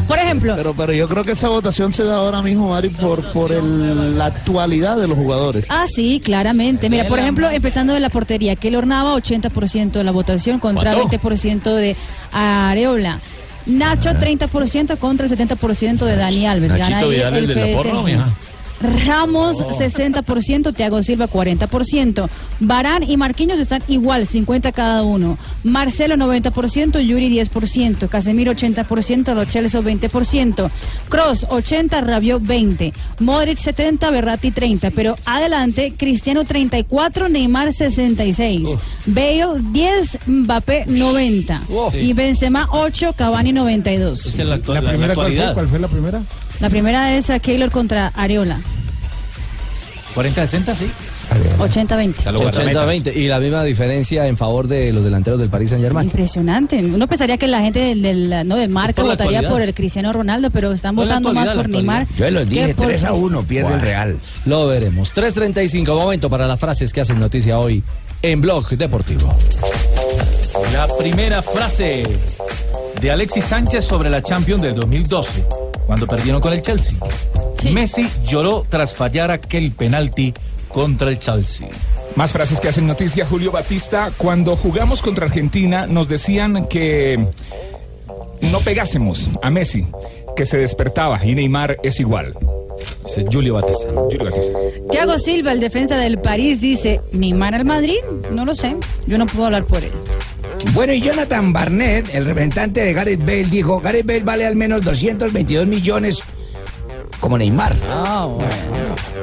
S9: Por ejemplo,
S11: Pero, pero yo creo que esa votación se da ahora mismo, Mari, por, por el- la actualidad de los jugadores.
S9: Ah, sí, claramente. Mira, por ejemplo, empezando de la portería, que Ornava 80% de la votación contra 20% de Areola. Nacho 30% contra el 70% de Dani Alves. Gana
S25: Ah. Nachito
S9: ahí
S25: Vidal, el de la
S9: PSG.
S25: porno, mija.
S9: Ramos 60%, Thiago Silva 40%, Barán y Marquinhos están igual, 50 cada uno, Marcelo 90%, Yuri 10%, Casemiro 80%, Lo Celso 20%, Cross 80, Rabiot 20, Modric 70, Berratti 30, pero adelante Cristiano 34, Neymar 66, Bale 10, Mbappé 90 y Benzema 8, Cavani 92.
S12: Esa es la, actual- la
S23: primera, ¿cuál, fue?
S12: actualidad.
S23: ¿Cuál fue la primera?
S9: La primera es a Keylor contra Areola,
S12: 40-60, sí.
S9: 80-20.
S7: 80-20 y la misma diferencia en favor de los delanteros del Paris Saint Germain.
S9: Impresionante. Uno pensaría que la gente del, del- no, del marca
S7: por la
S9: votaría
S7: actualidad.
S9: por el Cristiano Ronaldo, pero están
S7: No, la
S9: votando más
S7: actualidad, la
S9: por Neymar.
S7: actualidad.
S9: que por Cristiano.
S7: Guau. Lo veremos. 3.35, momento para las frases que hacen noticia hoy en Blog Deportivo.
S12: La primera frase de Alexis Sánchez sobre la Champions del 2012, cuando perdieron con el Chelsea. Messi lloró tras fallar aquel penalti contra el Chelsea.
S10: Más frases que hacen noticia, Julio Batista. Cuando jugamos contra Argentina nos decían que no pegásemos a Messi, que se despertaba y Neymar es igual.
S12: Dice Julio Batista.
S10: Julio Batista.
S9: Thiago Silva, el defensa del París, dice, Neymar al Madrid, no lo sé, yo no puedo hablar por él.
S8: Bueno, y Jonathan Barnett, el representante de Gareth Bale, dijo, Gareth Bale vale al menos 222 millones como Neymar.
S9: Ah,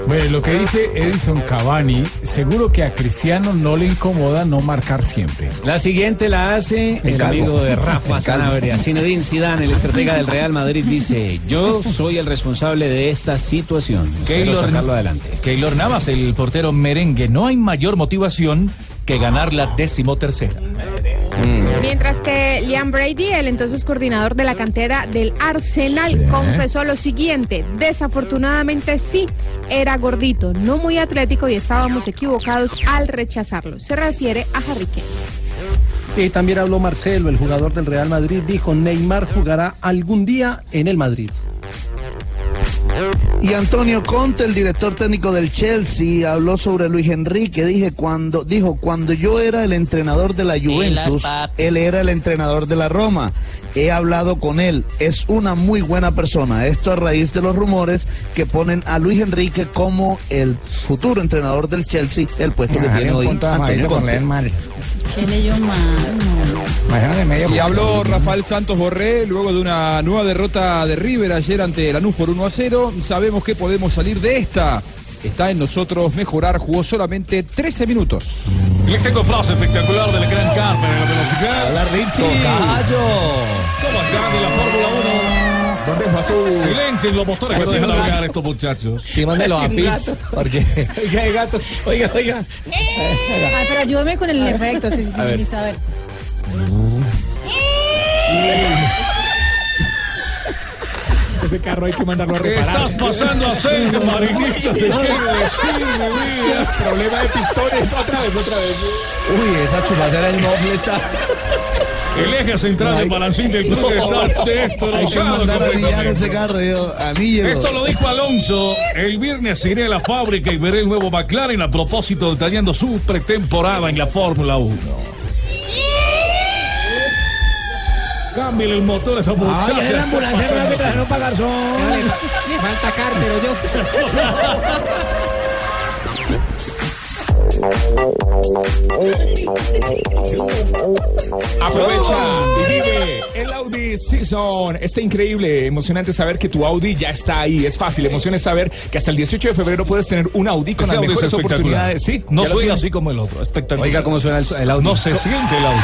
S23: Bueno, lo que dice Edison Cavani, seguro que a Cristiano no le incomoda no marcar siempre.
S18: La siguiente la hace el,
S23: calvo.
S18: amigo de Rafa
S23: El calvo.
S18: Sanabria. Zinedine Zidane, el estratega del Real Madrid, dice: Yo soy el responsable de esta situación. Quiero
S12: Keylor,
S18: sacarlo adelante.
S12: Keylor Navas, el portero merengue. No hay mayor motivación que ganar la decimotercera.
S29: Mm.
S30: Mientras que Liam Brady, el entonces coordinador de la cantera del Arsenal, confesó lo siguiente. Desafortunadamente sí, era gordito, no muy atlético y estábamos equivocados al rechazarlo. Se refiere a Harry Kane.
S20: Y también habló Marcelo, el jugador del Real Madrid, dijo Neymar jugará algún día en el Madrid.
S11: Y Antonio Conte, el director técnico del Chelsea, habló sobre Luis Enrique. Dije cuando, dijo, cuando yo era el entrenador de la Juventus, él era el entrenador de la Roma. He hablado con él, es una muy buena persona. Esto a raíz de los rumores que ponen a Luis Enrique como el futuro entrenador del Chelsea, el puesto que
S8: Ah,
S11: tiene
S8: un
S11: hoy.
S8: punto de amarillito con leer mal.
S9: ¿Qué leyó mal?
S13: Y habló Rafael Santos Borré luego de una nueva derrota de River ayer ante Lanús por 1 a 0. Sabemos que podemos salir de esta. Está en nosotros mejorar. Jugó solamente 13 minutos.
S25: Les tengo frase espectacular del gran Carmen en la velocidad.
S13: Hola, Richie.
S25: Tocayo. ¿Cómo están en la Fórmula 1? ¿Dónde pasó? Silencio en los motores que
S13: Pasó
S25: se van a
S13: un
S25: ahogar
S13: gato.
S25: estos muchachos.
S7: Sí, mándelo a Pits, porque...
S8: Oiga, el gato, oiga, oiga.
S9: Ay, pero ayúdame con el efecto, sí, sí, sí,
S7: A ver.
S9: listo, a ver.
S23: Ese carro hay que mandarlo a reparar.
S25: Estás pasando aceite, marinito, te quiero decir, mi vida. Problema de pistones, otra vez, otra vez.
S7: Uy, esa chupacera del mofle está...
S25: El eje central del balancín del cruce está
S7: Hay que
S25: destrozado.
S7: mandar a
S25: completamente.
S7: liar ese carro, yo, anillo.
S25: Esto lo dijo Alonso. El viernes iré a la fábrica y veré el nuevo McLaren a propósito detallando su pretemporada en la Fórmula 1. Cámbiale el motor a esa muchacha.
S8: Ay, es Ah, la ambulancia nueva que trajeron para Garzón.
S24: Me falta cártero yo.
S10: Aprovecha
S2: Oh!
S10: y vive el Audi Season. Está increíble, emocionante saber que tu Audi ya está ahí. Es fácil, emocionante saber que hasta el 18 de febrero puedes tener un Audi con
S12: Ese
S10: las
S12: Audi es
S10: mejores
S12: espectacular.
S10: oportunidades. Sí,
S12: No
S10: ya lo
S12: soy
S10: tiene.
S12: así como el otro. Espectacular. Oiga
S10: cómo suena el, Audi. Ah, No se siente el Audi.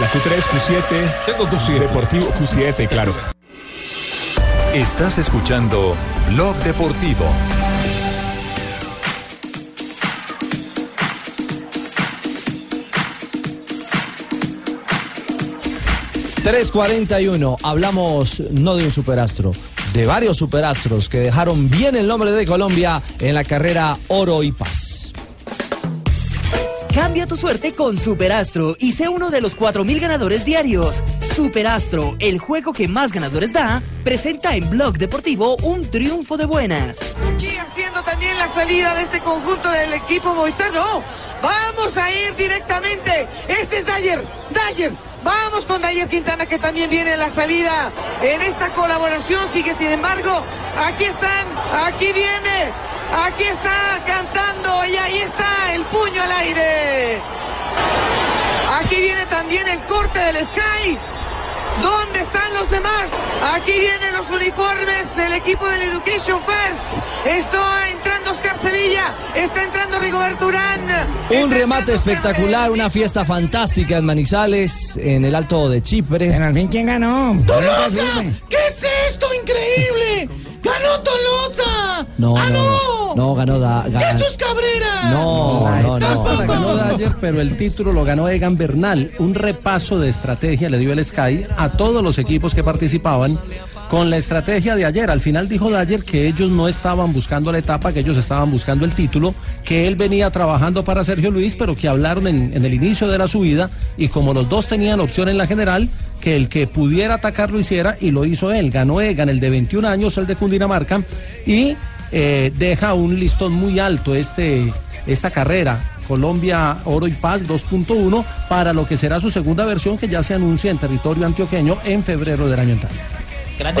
S10: La Q3, Q7. Tengo Q7. Deportivo Q7, claro.
S19: Estás escuchando Blog Deportivo.
S7: Ujú. 3.41, hablamos no de un superastro, de varios superastros que dejaron bien el nombre de Colombia en la carrera Oro y Paz.
S17: Cambia tu suerte con Superastro y sé uno de los 4.000 ganadores diarios. Superastro, el juego que más ganadores da, presenta en Blog Deportivo un triunfo de buenas.
S5: Aquí haciendo también la salida de este conjunto del equipo Movistar. No, vamos a ir directamente. Este es Dyer. Dyer. Vamos con Dayer Quintana que también viene la salida. En esta colaboración sigue, sin embargo, aquí están, aquí viene, aquí está cantando y ahí está el puño al aire. Aquí viene también el corte del Sky. ¿Dónde están los demás? Aquí vienen los uniformes del equipo del Education First. Está entrando Oscar Sevilla, está entrando Rigoberto Urán.
S7: Un remate espectacular, una fiesta fantástica en Manizales, en el Alto de Chipre. En al fin, ¿quién ganó?
S25: ¡Tolosa! ¿Qué es esto? ¡Increíble! ¡Ganó Tolosa!
S7: No,
S25: ¡Ah,
S7: no, no, no, ganó da, gan-
S25: ¡Jesús Cabrera!
S7: No, no, no.
S20: La ganó Dyer, pero el título lo ganó Egan Bernal. Un repaso de estrategia le dio el Sky a todos los equipos que participaban con la estrategia de ayer. Al final dijo Dyer que ellos no estaban buscando la etapa, que ellos estaban buscando el título, que él venía trabajando para Sergio Luis, pero que hablaron en, en el inicio de la subida y como los dos tenían opción en la general, que el que pudiera atacar lo hiciera y lo hizo él. Ganó Egan, el de 21 años, el de Cundinamarca, y eh, deja un listón muy alto este, esta carrera. Colombia Oro y Paz 2.1 para lo que será su segunda versión que ya se anuncia en territorio antioqueño en febrero del año entrante.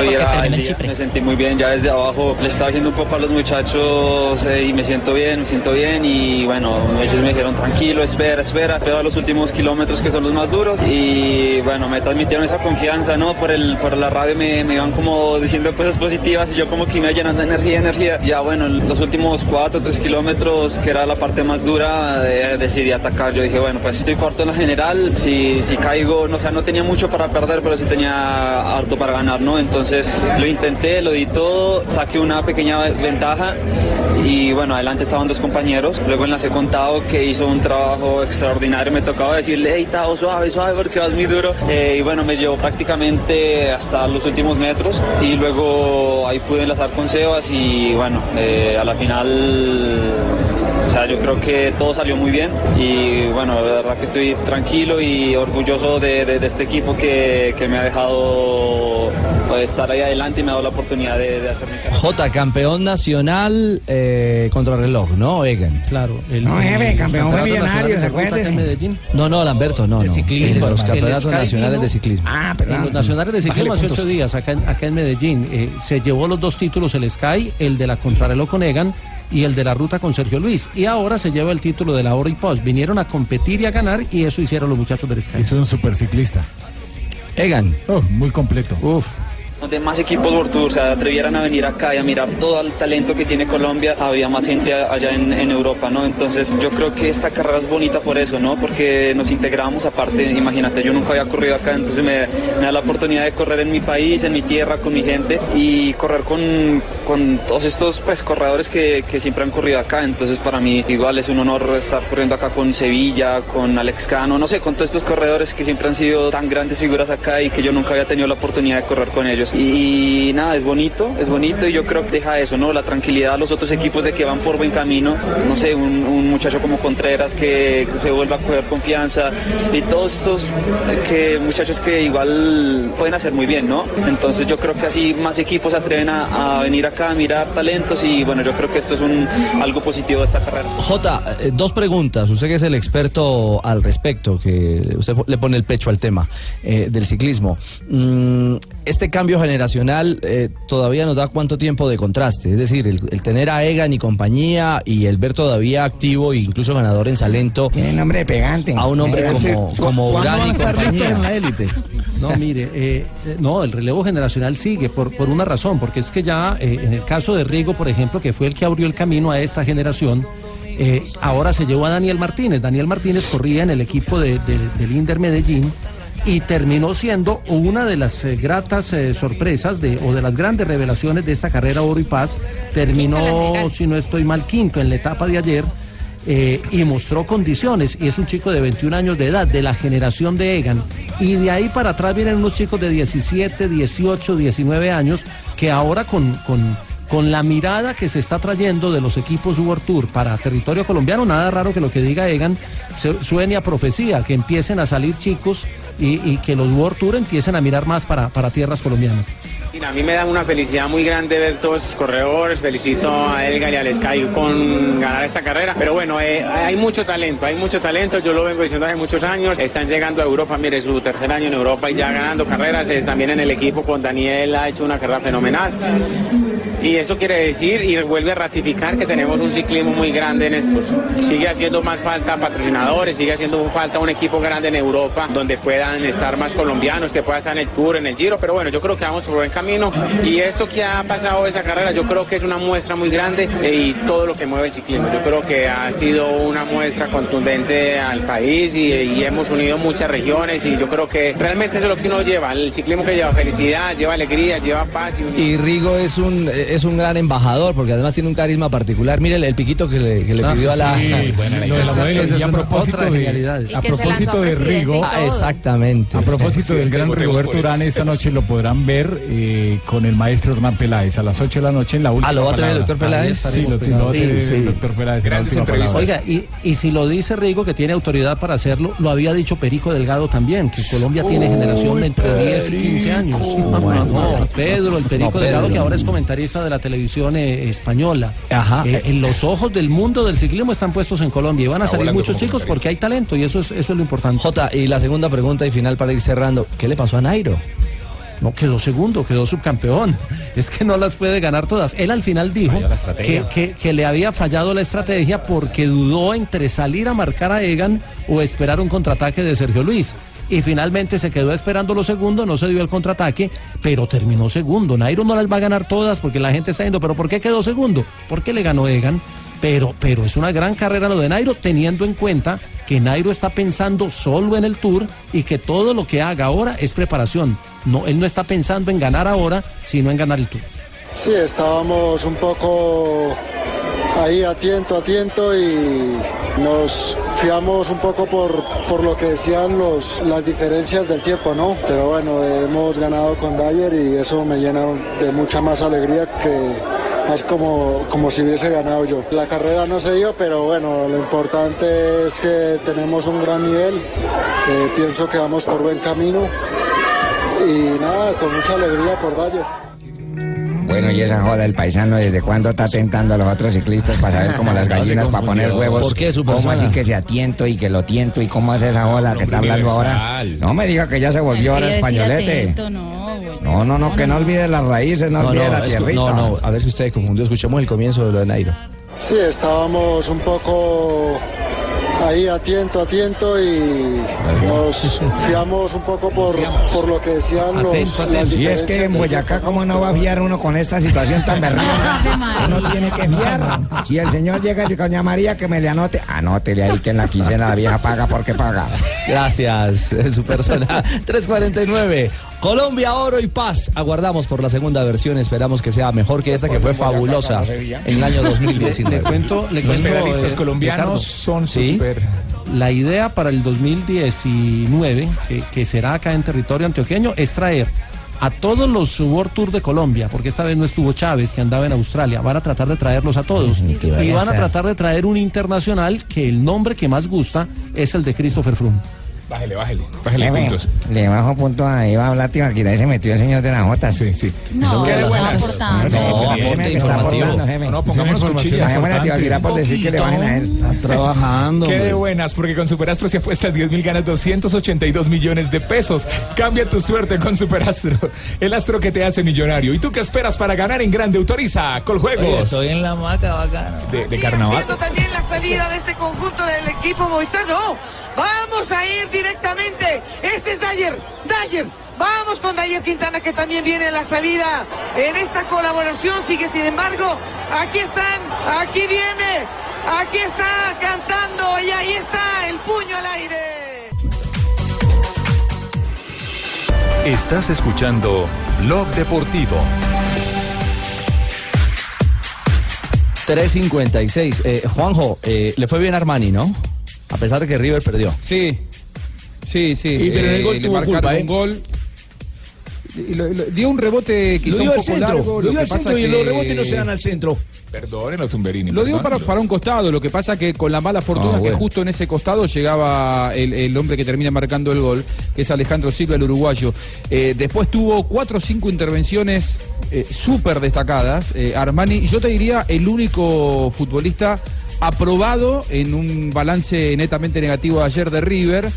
S41: Hoy era el día, me sentí muy bien ya desde abajo. Le estaba haciendo un poco a los muchachos eh, y me siento bien, me siento bien. Y bueno, ellos me dijeron tranquilo, espera, espera. Pero a los últimos kilómetros que son los más duros. Y bueno, me transmitieron esa confianza, ¿no? Por, el, por la radio me, me iban como diciendo cosas positivas y yo como que me iba llenando de energía, energía. Ya bueno, los últimos 4 o 3 kilómetros, que era la parte más dura, eh, decidí atacar. Yo dije, bueno, pues estoy cuarto en la general. Si, si caigo, no, o sea, no tenía mucho para perder, pero sí tenía harto para ganar, ¿no? Entonces lo intenté, lo di todo, saqué una pequeña ventaja y bueno, adelante estaban dos compañeros. Luego enlacé con Tao que hizo un trabajo extraordinario. Me tocaba decirle, hey Tao, suave, suave porque vas muy duro. Eh, y bueno, me llevó prácticamente hasta los últimos metros y luego ahí pude enlazar con Sebas y bueno, eh, a la final o sea, yo creo que todo salió muy bien y bueno, la verdad que estoy tranquilo y orgulloso de, de- de este equipo que, que me ha dejado pues, estar ahí adelante y me ha dado la oportunidad de, de hacer mi carrera.
S7: J, campeón nacional eh, contrarreloj, ¿no, Egan? Claro.
S8: No, jefe, campeón fue
S7: campeonatos
S8: Millonarios,
S7: nacionales de
S8: acuérdese.
S7: No, no, Lamberto, no, no.
S20: ciclismo.
S7: El- los
S20: El
S7: campeonatos
S20: Sky
S7: nacionales
S20: vino-
S7: de ciclismo.
S8: Ah,
S20: En los nacionales de ciclismo hace ocho días, acá en, acá en Medellín, eh, se llevó los dos títulos, el Sky, el de la contrarreloj con Egan y el de la ruta con Sergio Luis. Y ahora se lleva el título de la Oro y Paz. Vinieron a competir y a ganar y eso hicieron los muchachos del Sky. Es
S23: un superciclista. Oh,
S7: Egan.
S23: muy completo.
S20: Uf.
S41: Los demás equipos World Tour se atrevieran a venir acá y a mirar todo el talento que tiene Colombia, había más gente a- allá en, en Europa, ¿no? Entonces yo creo que esta carrera es bonita por eso, ¿no? Porque nos integramos aparte, imagínate, yo nunca había corrido acá, entonces me, me da la oportunidad de correr en mi país, en mi tierra, con mi gente y correr con, con todos estos pues corredores que, que siempre han corrido acá, entonces para mí igual es un honor estar corriendo acá con Sevilla, con Alex Cano, no sé, con todos estos corredores que siempre han sido tan grandes figuras acá y que yo nunca había tenido la oportunidad de correr con ellos. Y, y nada, es bonito, es bonito y yo creo que deja eso, ¿no? La tranquilidad a los otros equipos de que van por buen camino, no sé, un, un muchacho como Contreras que se vuelva a coger confianza y todos estos eh, que muchachos que igual pueden hacer muy bien, ¿no? Entonces yo creo que así más equipos se atreven a, a venir acá a mirar talentos y bueno, yo creo que esto es un, algo positivo de esta carrera.
S7: Jota, eh, dos preguntas. Usted que es el experto al respecto, que usted po- le pone el pecho al tema eh, del ciclismo. Mm, este cambio generacional eh, todavía nos da cuánto tiempo de contraste. Es decir, el, el tener a Egan y compañía y el ver todavía activo e incluso ganador en Salento. Tiene nombre de pegante. A un hombre
S8: Es decir,
S7: como,
S8: ¿cu-
S7: como
S8: cuándo
S7: Urán
S8: van a
S7: y
S8: estar listos
S7: compañía.
S8: en la élite?
S20: No, mire, eh, eh, no, el relevo generacional sigue por, por una razón, porque es que ya eh, en el caso de Rigo, por ejemplo, que fue el que abrió el camino a esta generación, eh, ahora se llevó a Daniel Martínez. Daniel Martínez corría en el equipo de- de- del Inder Medellín y terminó siendo una de las eh, gratas eh, sorpresas de, o de las grandes revelaciones de esta carrera Oro y Paz. Terminó, si no estoy mal, quinto en la etapa de ayer. eh, y mostró condiciones, y es un chico de 21 años de edad, de la generación de Egan, y de ahí para atrás vienen unos chicos de 17, 18, 19 años, que ahora con, con, con la mirada que se está trayendo de los equipos World Tour para territorio colombiano, nada raro que lo que diga Egan se- suene a profecía, que empiecen a salir chicos y, y que los World Tour empiecen a mirar más para, para tierras colombianas.
S21: A mí me da una felicidad muy grande ver todos estos corredores. Felicito a Elgar y al Sky con ganar esta carrera. Pero bueno, eh, hay mucho talento, hay mucho talento. Yo lo vengo diciendo hace muchos años. Están llegando a Europa, mire, su tercer año en Europa y ya ganando carreras. Eh, también en el equipo con Daniel ha hecho una carrera fenomenal. Y eso quiere decir y vuelve a ratificar que tenemos un ciclismo muy grande en estos. Sigue haciendo más falta patrocinadores, sigue haciendo falta un equipo grande en Europa donde puedan estar más colombianos, que puedan estar en el Tour, en el Giro. Pero bueno, yo creo que vamos por buen camino. Y esto que ha pasado esa carrera, yo creo que es una muestra muy grande eh, y todo lo que mueve el ciclismo. Yo creo que ha sido una muestra contundente al país y, y hemos unido muchas regiones. Y yo creo que realmente eso es lo que uno lleva: el ciclismo que lleva felicidad, lleva alegría, lleva paz. Y,
S7: Y Rigo es un, es un gran embajador porque además tiene un carisma particular. Mire el, el piquito que le, que le
S20: Ah,
S7: pidió a la.
S20: sí, buena idea. Lo de la modelo,
S7: Esa
S20: y a
S7: una-
S20: propósito
S7: otra
S20: de-
S7: genialidad.
S20: y que A se propósito lanzó del presidente Rigo- y todo.
S7: Ah, exactamente.
S23: A propósito del gran Rigoberto Urán, esta noche lo podrán ver eh, con el maestro Hernán Peláez a las 8 de la noche en la última.
S7: ¿lo va a traer el
S23: palabra.
S7: doctor Peláez?
S23: Sí, lo, lo va a traer
S20: Sí, sí.
S23: el doctor
S7: Ah,
S23: Peláez. en la última palabra.
S20: Oiga, y, y si lo dice Rigo, que tiene autoridad para hacerlo, lo había dicho Perico Delgado también, que Colombia tiene generación de entre 10 y 15 años. No, Pedro, el Perico
S7: No, Pedro.
S20: Delgado, que ahora es comentarista de la televisión eh, española.
S7: Ajá.
S20: Eh, en los ojos del mundo del ciclismo están puestos en Colombia y van a
S7: Está
S20: salir
S7: volando
S20: muchos
S7: como
S20: chicos porque hay talento y eso es, eso es lo importante.
S7: Jota, y la segunda pregunta y final para ir cerrando. ¿Qué le pasó a Nairo?
S20: No, quedó segundo, quedó subcampeón. Es que no las puede ganar todas. Él al final dijo
S12: Falló la estrategia.
S20: que, que- que le había fallado la estrategia porque dudó entre salir a marcar a Egan o esperar un contraataque de Sergio Luis. Y finalmente se quedó esperando lo segundo, no se dio el contraataque, pero terminó segundo. Nairo no las va a ganar todas porque la gente está yendo, pero ¿por qué quedó segundo? ¿Por qué le ganó Egan? Pero, pero es una gran carrera lo de Nairo, teniendo en cuenta que Nairo está pensando solo en el Tour y que todo lo que haga ahora es preparación. No, él no está pensando en ganar ahora, sino en ganar el Tour.
S42: Sí, estábamos un poco ahí atiento, atiento y nos fiamos un poco por, por lo que decían los, las diferencias del tiempo, ¿no? Pero bueno, eh, hemos ganado con Dyer y eso me llena de mucha más alegría que más como, como si hubiese ganado yo. La carrera no se dio, pero bueno, lo importante es que tenemos un gran nivel. Eh, pienso que vamos por buen camino y nada, con mucha alegría por Dyer.
S8: Bueno, y esa joda del paisano, ¿desde cuándo está tentando a los otros ciclistas para saber cómo las
S7: No, se
S8: gallinas para
S7: confundió.
S8: poner huevos?
S7: ¿Por qué, su
S8: ¿Cómo
S7: persona?
S8: así que se atiento y que lo tiento y cómo hace esa joda que está hablando ahora?
S7: universal.
S8: No me diga que ya se volvió ahora españolete. No, no, no, que no olvide las raíces, no, olvide la
S7: escu-
S8: tierrita.
S7: no, no, a ver si usted confundió. Escuchemos el comienzo de lo de Nairo.
S42: Sí, estábamos un poco ahí atiento, atiento y nos fiamos un poco por, por lo que decían los...
S8: Atento, atento.
S42: las
S8: Si es que en
S42: diferencias
S8: Boyacá, ¿cómo no va a fiar uno con esta situación tan berrida? Uno tiene que fiar. Si el señor llega y dice, doña María, que me le anote, anótele ahí que en la quincena la vieja paga porque paga.
S7: Gracias, eh, su persona. 349. Colombia, oro y paz. Aguardamos por la segunda versión. Esperamos que sea mejor que esta, que fue fabulosa en el año 2019.
S20: Le cuento, le
S7: Los
S20: cuento,
S7: pedalistas
S20: eh,
S7: colombianos
S23: son
S20: Sí. La idea para el 2019, que, que será acá en territorio antioqueño, es traer a todos los World Tour de Colombia, porque esta vez no estuvo Chávez, que andaba en Australia, van a tratar de traerlos a todos.
S8: que vaya
S20: Y
S8: a
S20: van a
S8: estar.
S20: tratar de traer un internacional que el nombre que más gusta es el de Christopher Froome.
S10: Bájele, bájele. Bájele
S8: Jefe,
S10: puntos.
S8: Le bajo punto a Iván Blati, aquí ahí se metió el señor de la Jota. Sí, sí.
S10: No, Qué de no, buenas. aportando. No, aporte informativo.
S8: jefe.
S10: No, no, pongámonos con chile.
S8: Bajémosle a Tibaquirá por decir que le bajen a él.
S10: Trabajando. Qué de buenas, porque con Superastro si apuestas 10 mil ganas 282 millones de pesos. Cambia tu suerte con Superastro, el astro que te hace millonario. ¿Y tú qué esperas para ganar en grande? Autoriza
S37: Oye,
S10: Coljuegos.
S37: estoy en la maca bacana.
S10: De, de carnaval.
S5: Siendo también la salida de este conjunto del equipo Movistar, no. Vamos a ir directamente. Este es Dyer, Dyer. Vamos con Dyer Quintana que también viene en la salida. En esta colaboración sigue, sin embargo, aquí están, aquí viene, aquí está cantando y ahí está el puño al aire.
S19: Estás escuchando Blog Deportivo.
S7: 356. Eh, Juanjo, eh, le fue bien a Armani, ¿no? A pesar de que River perdió.
S13: Sí, sí, sí.
S7: Y pero en el gol
S13: Eh, le
S7: tuvo ¿eh?
S13: marcaron
S7: culpa, ¿eh?
S13: un gol. y lo- lo- dio un rebote quizá
S8: Lo dio
S13: un
S8: al
S13: poco
S8: centro,
S13: largo.
S8: lo dio al
S13: que pasa
S8: centro y
S13: que-
S8: los rebotes no se dan al centro.
S10: Perdón, los Tumberini.
S13: Lo dio para, para un costado, lo que pasa que con la mala fortuna
S10: Ah, bueno.
S13: que justo en ese costado llegaba el, el hombre que termina marcando el gol, que es Alejandro Silva, el uruguayo. Eh, después tuvo cuatro o cinco intervenciones eh, súper destacadas, eh, Armani, y yo te diría el único futbolista aprobado en un balance netamente negativo de ayer de River,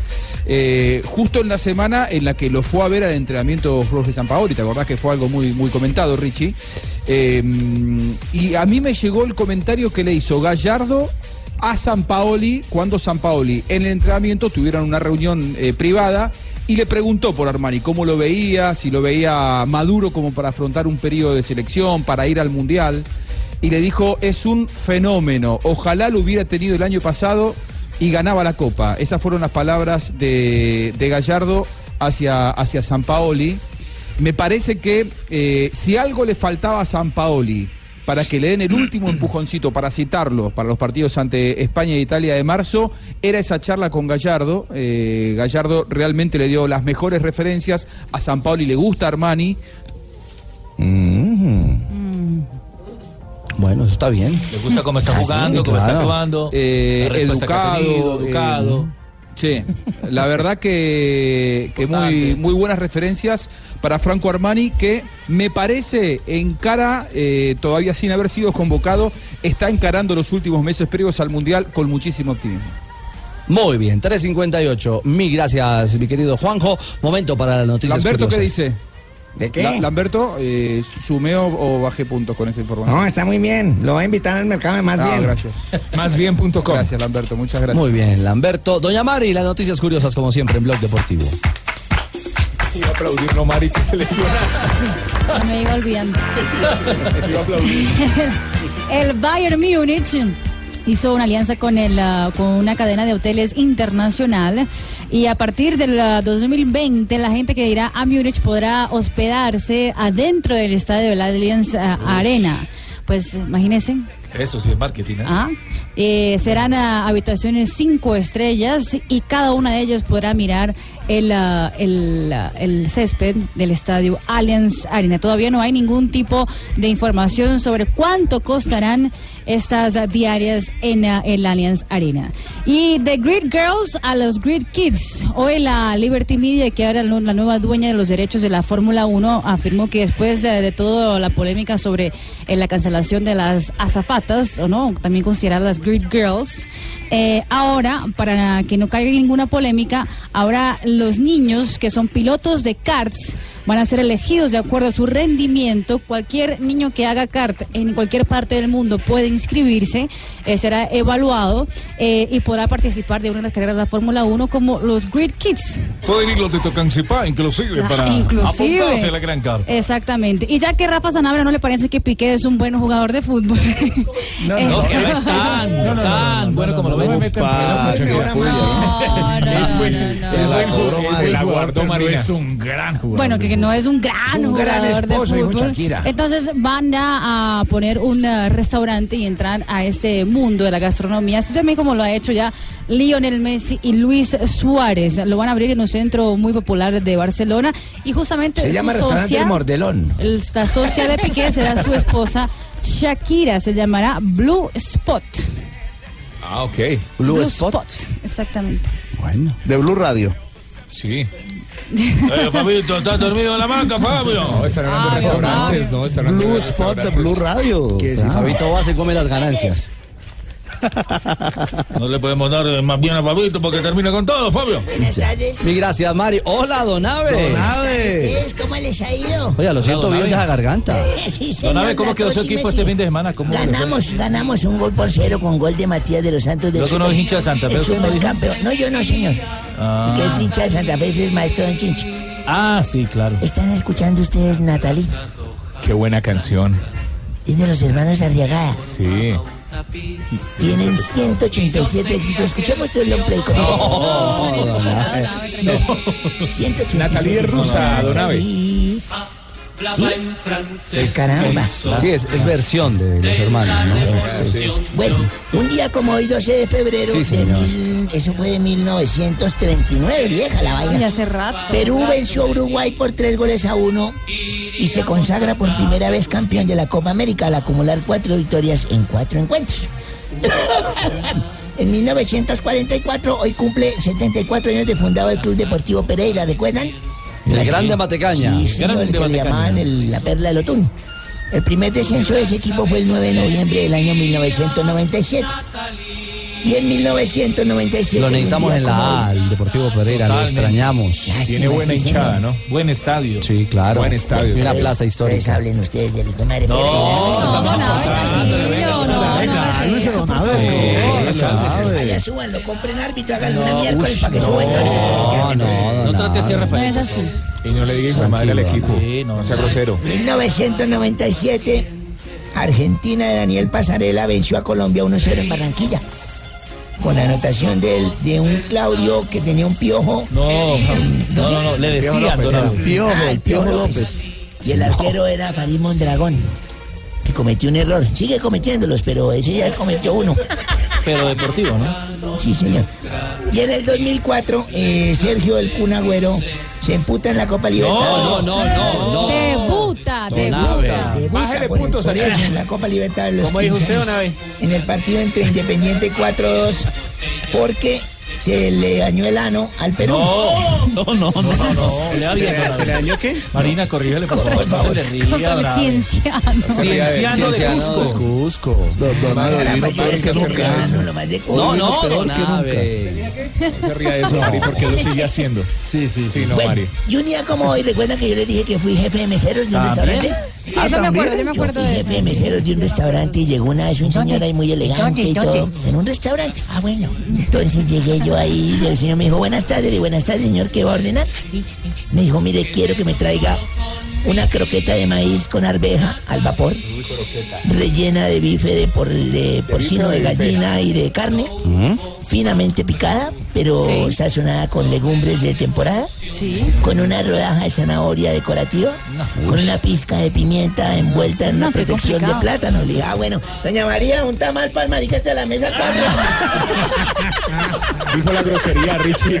S13: eh, justo en la semana en la que lo fue a ver al entrenamiento Jorge Sampaoli, te acordás que fue algo muy, muy comentado, Richie. Eh, y a mí me llegó el comentario que le hizo Gallardo a Sampaoli cuando Sampaoli en el entrenamiento tuvieron una reunión eh, privada y le preguntó por Armani cómo lo veía, si lo veía maduro como para afrontar un periodo de selección, para ir al Mundial y le dijo, es un fenómeno, ojalá lo hubiera tenido el año pasado y ganaba la copa. Esas fueron las palabras de, de Gallardo hacia, hacia Sampaoli. Me parece que eh, si algo le faltaba a Sampaoli para que le den el último empujoncito para citarlo para los partidos ante España e Italia de marzo, era esa charla con Gallardo. Eh, Gallardo realmente le dio las mejores referencias. A Sampaoli le gusta Armani.
S7: Mm-hmm. Bueno, eso está bien.
S12: Le gusta cómo está
S7: Ah, sí,
S12: jugando, cómo está
S7: claro.
S12: actuando.
S13: Eh,
S12: la respuesta que ha
S13: educado,
S12: tenido,
S13: eh,
S12: educado.
S13: Sí, la verdad que, que muy, muy buenas referencias para Franco Armani, que me parece encara, eh, todavía sin haber sido convocado, está encarando los últimos meses previos al Mundial con muchísimo optimismo.
S7: Muy bien, 3.58. Mil gracias, mi querido Juanjo. Momento para las noticias
S13: Lamberto, ¿qué
S7: curiosas.
S13: dice? La- Lamberto, eh, ¿sumeo o bajé puntos con esa información?
S8: No, está muy bien. Lo va a invitar al mercado de más
S13: Ah,
S8: bien.
S13: gracias.
S10: Másbien.com.
S13: Gracias, Lamberto, muchas gracias.
S7: Muy bien, Lamberto. Doña Mari, las noticias curiosas, como siempre, en Blog Deportivo.
S10: Iba a aplaudir, no, Mari, que selecciona.
S9: Me iba olvidando.
S10: Iba a aplaudir.
S9: El Bayern Múnich hizo una alianza con, el, ah, con una cadena de hoteles internacional y a partir del ah, 2020 la gente que irá a Múnich podrá hospedarse adentro del estadio de la Allianz ah, Arena. Pues imagínense,
S12: Eso sí es marketing. ¿eh?
S9: Ah, eh, serán ah, habitaciones cinco estrellas y cada una de ellas podrá mirar el, ah, el, ah, el césped del estadio Allianz Arena. Todavía no hay ningún tipo de información sobre cuánto costarán estas ah, diarias en ah, el Allianz Arena. Y de Grid Girls a los Grid Kids. Hoy la Liberty Media, que ahora la nueva dueña de los derechos de la Fórmula 1, afirmó que después eh, de, toda la polémica sobre eh, la cancelación de las azafatas, o no, también consideradas las Grid Girls, eh, ahora, para que no caiga ninguna polémica, ahora los niños que son pilotos de karts van a ser elegidos de acuerdo a su rendimiento. Cualquier niño que haga kart en cualquier parte del mundo puede inscribirse, eh, será evaluado eh, y podrá participar de una de las carreras de la Fórmula 1 como los Grid Kids.
S10: Pueden ir los de Tocancipá, inclusive,
S9: Ah,
S10: para
S9: inclusive. Eh,
S10: apuntarse a la gran carta.
S9: Exactamente. Y ya que Rafa Sanabria no le parece que Piqué es un buen jugador de fútbol.
S12: No,
S9: eh,
S12: no, que no es tan, no es tan bueno como lo ven.
S10: Se la guardó Marina.
S12: Es
S10: un gran jugador.
S9: Bueno, que, que no es un gran
S10: Es un gran
S9: jugador
S10: esposo,
S9: de
S10: dijo
S9: fútbol.
S10: Shakira.
S9: Entonces van a, a poner un eh, restaurante y entrar a este mundo de la gastronomía, así también como lo ha hecho ya Lionel Messi y Luis Suárez. Lo van a abrir en un centro muy popular de Barcelona y justamente
S8: Se
S9: su
S8: llama Restaurante
S9: socia-
S8: El Mordelón.
S9: el- La socia de Piqué será su esposa Shakira, se llamará Blue Spot.
S10: Ah, ok.
S9: Exactamente.
S11: Bueno. De Blue Radio.
S10: Sí. Eh, Fabito, ¿estás dormido en la banca, Fabio? No, están hablando
S12: Ah,
S10: de restaurantes, no, están hablando
S7: Blue
S10: de
S7: Spot de
S10: restaurantes.
S7: Blue Radio. Que si
S10: Claro.
S7: Fabito va, se come las ganancias.
S10: No le podemos dar eh, más bien a Fabito porque termina con todo, Fabio.
S7: Mi gracias, Mari. Hola, Donave.
S22: ustedes? ¿Cómo les ha ido?
S7: Oiga, lo
S22: Hola,
S7: siento
S22: don
S7: bien
S22: Abe.
S7: de la garganta.
S22: Sí,
S7: Don
S22: señor,
S7: Abe, ¿cómo
S22: las
S7: quedó su
S22: dos y
S7: equipo
S22: medio.
S7: este fin de semana? ¿Cómo le fue?
S22: ganamos, ganamos un gol por cero con gol de Matías de los Santos del
S12: Creo que uno es hincha de Santa Fe,
S22: el
S12: ¿usted no dijo?
S22: supercampeón. No, yo no, señor.
S12: Ah.
S22: El que es hincha de Santa Fe ese es maestro Don Chinche.
S12: Ah, sí, claro.
S22: ¿Están escuchando ustedes Natalie?
S10: Qué buena canción.
S22: Es de los hermanos Arriagada.
S10: Sí.
S22: Tienen 187 éxitos. Escuchemos todo el long play con
S10: No,
S22: 187
S10: Natalie es rusa,
S22: éxitos.
S10: Don Abe.
S22: Natalie.
S7: ¿Sí?
S22: Eh, caramba.
S7: Sí, es, es versión de los hermanos, ¿no? Sí.
S22: Bueno, un día como hoy, 12 de febrero
S7: Sí,
S22: de
S7: señor.
S22: mil- eso fue de 1939, vieja la vaina.
S9: Ay, hace rato.
S22: Perú venció a Uruguay por tres goles a uno y se consagra por primera vez campeón de la Copa América al acumular cuatro victorias en cuatro encuentros. En 1944, hoy cumple 74 años de fundado el Club Deportivo Pereira, ¿recuerdan?
S7: El
S22: Sí.
S7: grande Matecaña.
S22: Sí,
S7: El
S22: señor,
S7: grande
S22: que le
S7: Matecaña.
S22: llamaban el- la perla del otún. El primer descenso de ese equipo fue el 9 de noviembre del año 1997. Y en 1997...
S7: Lo necesitamos
S22: un día
S7: en la
S22: como
S7: A,
S22: hoy,
S7: el Deportivo Pereira, lo
S12: Totalmente.
S7: extrañamos.
S12: Tiene buena
S22: sí,
S12: hinchada,
S22: señor.
S12: ¿no? Buen estadio.
S7: Sí, claro.
S12: Buen estadio.
S7: Una
S12: Ustedes-
S7: plaza
S22: Ustedes
S7: histórica.
S22: hablen ustedes del hijo de madre Pereira.
S8: eh,
S22: Vaya, súbanlo, compren árbitro, háganlo una miércoles para que suba entonces.
S12: No trate así a Rafael.
S22: No es así.
S12: Y no le diga hijo de madre al equipo. no, sea grosero.
S22: 1997, Argentina de Daniel Pasarela venció a Colombia 1-0 en Barranquilla. Con la anotación del- de un Claudio que tenía un piojo.
S12: No, no, no, no, le decían. don Álvaro.
S22: Ah, el Piojo López. Y el arquero era Farid Mondragón, que cometió un error. Sigue cometiéndolos, pero ese ya cometió uno.
S12: Pero deportivo, ¿no?
S22: Sí, señor. Y en el 2004, eh, Sergio el Kun Agüero se emputa en la Copa Libertadores.
S12: No, no, no, no.
S9: Debuta, debuta.
S22: Bájale puntos por eso, en la Copa Libertadores. los
S37: ¿Cómo dijo
S22: 15
S37: usted,
S22: años,
S37: don Abe?
S22: En el partido entre Independiente 4-2, porque se le dañó el ano al Perú.
S12: No, no, no, no, no, no. Le había
S37: ¿Se le- se le dañó qué?
S12: Marina, corrígele, por favor. No se le ría,
S9: Contra el
S12: bravo.
S9: cienciano.
S12: Cienciano de Cusco.
S7: Cusco.
S22: Caramba,
S7: Adivino,
S22: parece
S7: peor
S22: que
S7: que
S22: tiene
S7: Fernández.
S22: ano, lo más de-
S7: No,
S22: Uy,
S7: no,
S22: peor
S7: don
S22: que nunca.
S10: No se ría de eso, Mari, porque lo sigue haciendo.
S12: Sí, sí, sí.
S10: no,
S22: Bueno,
S10: Mari.
S22: y un día como hoy, ¿recuerdan que yo les dije que fui jefe de meseros de un
S12: ¿También?
S22: restaurante?
S30: Sí, Ah, yo me acuerdo, ¿también? yo me acuerdo
S22: fui
S30: de
S22: jefe de
S30: eso.
S22: meseros de un restaurante y llegó una vez un señor ahí muy elegante y
S30: ¿Dónde?
S22: todo. En un restaurante. Ah, bueno. Entonces llegué yo ahí y el señor me dijo, buenas tardes. Le digo, buenas tardes, señor, ¿qué va a ordenar? Me dijo, mire, quiero que me traiga una croqueta de maíz con arveja al vapor, rellena de bife de, por, de porcino, de,
S37: bife o de bife?
S22: gallina y de carne,
S11: ¿Mm?
S22: finamente picada, pero
S37: Sí.
S22: sazonada con legumbres de temporada,
S37: Sí.
S22: con una rodaja de zanahoria decorativa, con una pizca de pimienta envuelta en una
S37: No, qué
S22: protección de
S37: complicado.
S22: plátano. Le dije, ah, bueno, doña María, un tamal para el marica hasta la mesa cuatro.
S10: Dijo la grosería, Richie.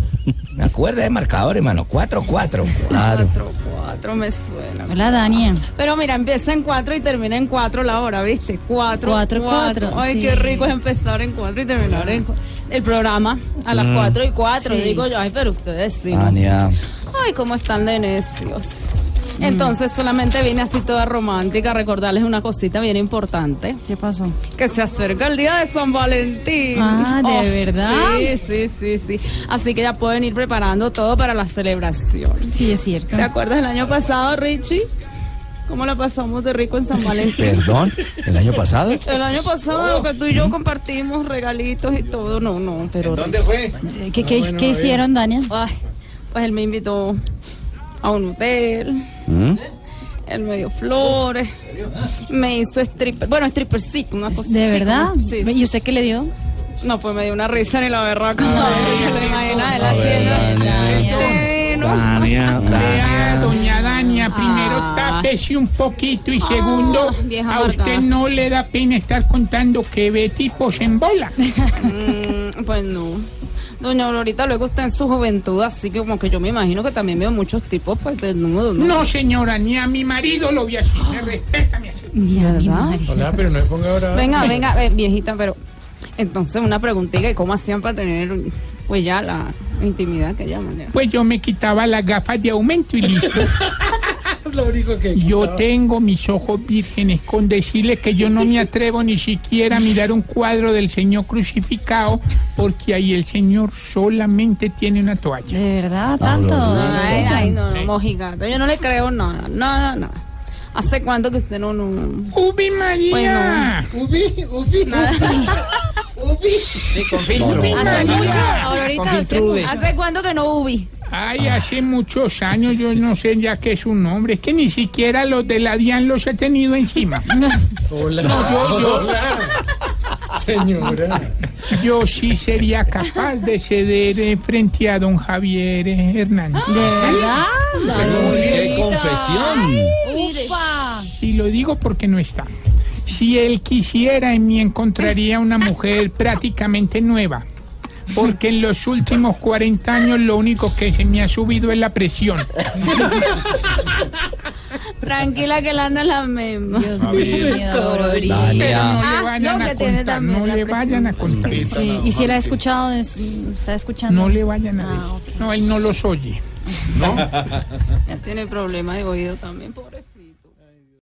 S8: Me acuerdo de marcador, hermano. 4-4.
S7: Claro.
S28: Cuatro me suena.
S9: Hola, Dania.
S28: Pero mira, empieza en cuatro y termina en cuatro la hora, ¿viste? Cuatro.
S9: Cuatro, cuatro,
S28: Ay,
S9: sí.
S28: qué rico es empezar en cuatro y terminar en cuatro. El programa a las
S7: Mm.
S28: cuatro y cuatro,
S9: Sí.
S28: digo yo. Ay, pero ustedes sí. ¿no?
S7: Ania.
S28: Ay, cómo están de necios. Entonces solamente vine así toda romántica a recordarles una cosita bien importante.
S9: ¿Qué pasó?
S28: Que se acerca el día de San Valentín. Oh,
S9: Ah, ¿de verdad?
S28: Sí, sí, sí, sí. Así que ya pueden ir preparando todo para la celebración.
S9: Sí, es cierto.
S28: ¿Te acuerdas el año pasado, Richie? ¿Cómo la pasamos de rico en San Valentín?
S7: Perdón, el año pasado.
S28: El año pasado que tú y yo compartimos regalitos y todo, no, no, pero... ¿Dónde fue?
S9: Eh, ¿Qué, qué- qué hicieron, Dania?
S28: Ay, pues él me invitó a un hotel,
S37: ¿Mm?
S28: él me dio flores, me hizo stripper, bueno, strippercito, una cosa
S9: ¿De
S28: así
S9: verdad?
S28: como- sí, sí.
S9: ¿Y usted qué le dio?
S28: No, pues me dio una risa ni la berraca. No, lo imaginas, él
S7: A ver,
S28: haciendo...
S7: Dania.
S28: Bueno,
S25: Vea, doña Dania,
S28: Ah.
S25: primero tápese un poquito y segundo,
S28: vieja
S25: a usted
S28: amargada.
S25: no le da pena estar contando que ve tipos en bola.
S28: Mm, pues no. Doña Aurorita luego está en su juventud, así que como que yo me imagino que también veo muchos tipos pues desnudos, ¿no?
S25: No, señora, ni a mi marido lo vi así. Me respeta, mi señora.
S28: ¿Verdad?
S25: Hola, pero no me ponga ahora.
S28: Venga, venga, eh, viejita, pero entonces una preguntita, ¿y cómo hacían para tener pues ya la intimidad que llaman? ya?
S25: Pues yo me quitaba las gafas de aumento y listo. Yo tengo mis ojos vírgenes con decirle que yo no me atrevo ni siquiera a mirar un cuadro del Señor crucificado porque ahí el Señor solamente tiene una toalla.
S9: ¿De verdad?
S28: Ah,
S9: ¿Tanto?
S28: Ay, ay, no, no, mojigata, yo no le creo nada, nada, nada. ¿Hace cuánto que usted pues, no... no...
S25: ¡Ubi María!
S28: Bueno.
S25: ¡Ubi!
S28: Nada.
S17: Sí, con
S25: filtro.
S28: Hace mucho, ahorita, hace,
S25: filtrubes.
S28: ¿hace cuánto que no ubi?
S25: Ay, hace muchos años yo no sé ya qué es un nombre. Es que ni siquiera los de la DIAN los he tenido encima.
S6: Hola.
S25: No, yo, yo,
S6: Señora.
S25: yo sí sería capaz de ceder eh, frente a don Javier eh, Hernández.
S6: ¿De verdad?
S25: Sí.
S12: confesión!
S25: Ufa. Si lo digo porque no está. Si él quisiera en mí encontraría una mujer prácticamente nueva. Porque en los últimos 40 años lo único que se me ha subido es la presión.
S28: Tranquila que la anda la misma. Dios
S25: Pero no le
S28: Ah, no,
S25: vayan
S28: que
S25: a
S28: tiene
S25: contar,
S28: también
S25: no
S28: la
S25: le vayan a contar.
S9: Sí, y si él ha escuchado, es- está escuchando. Ah,
S25: No le vayan a decir. No, él no los oye.
S28: Ya tiene problemas de oído también, pobre.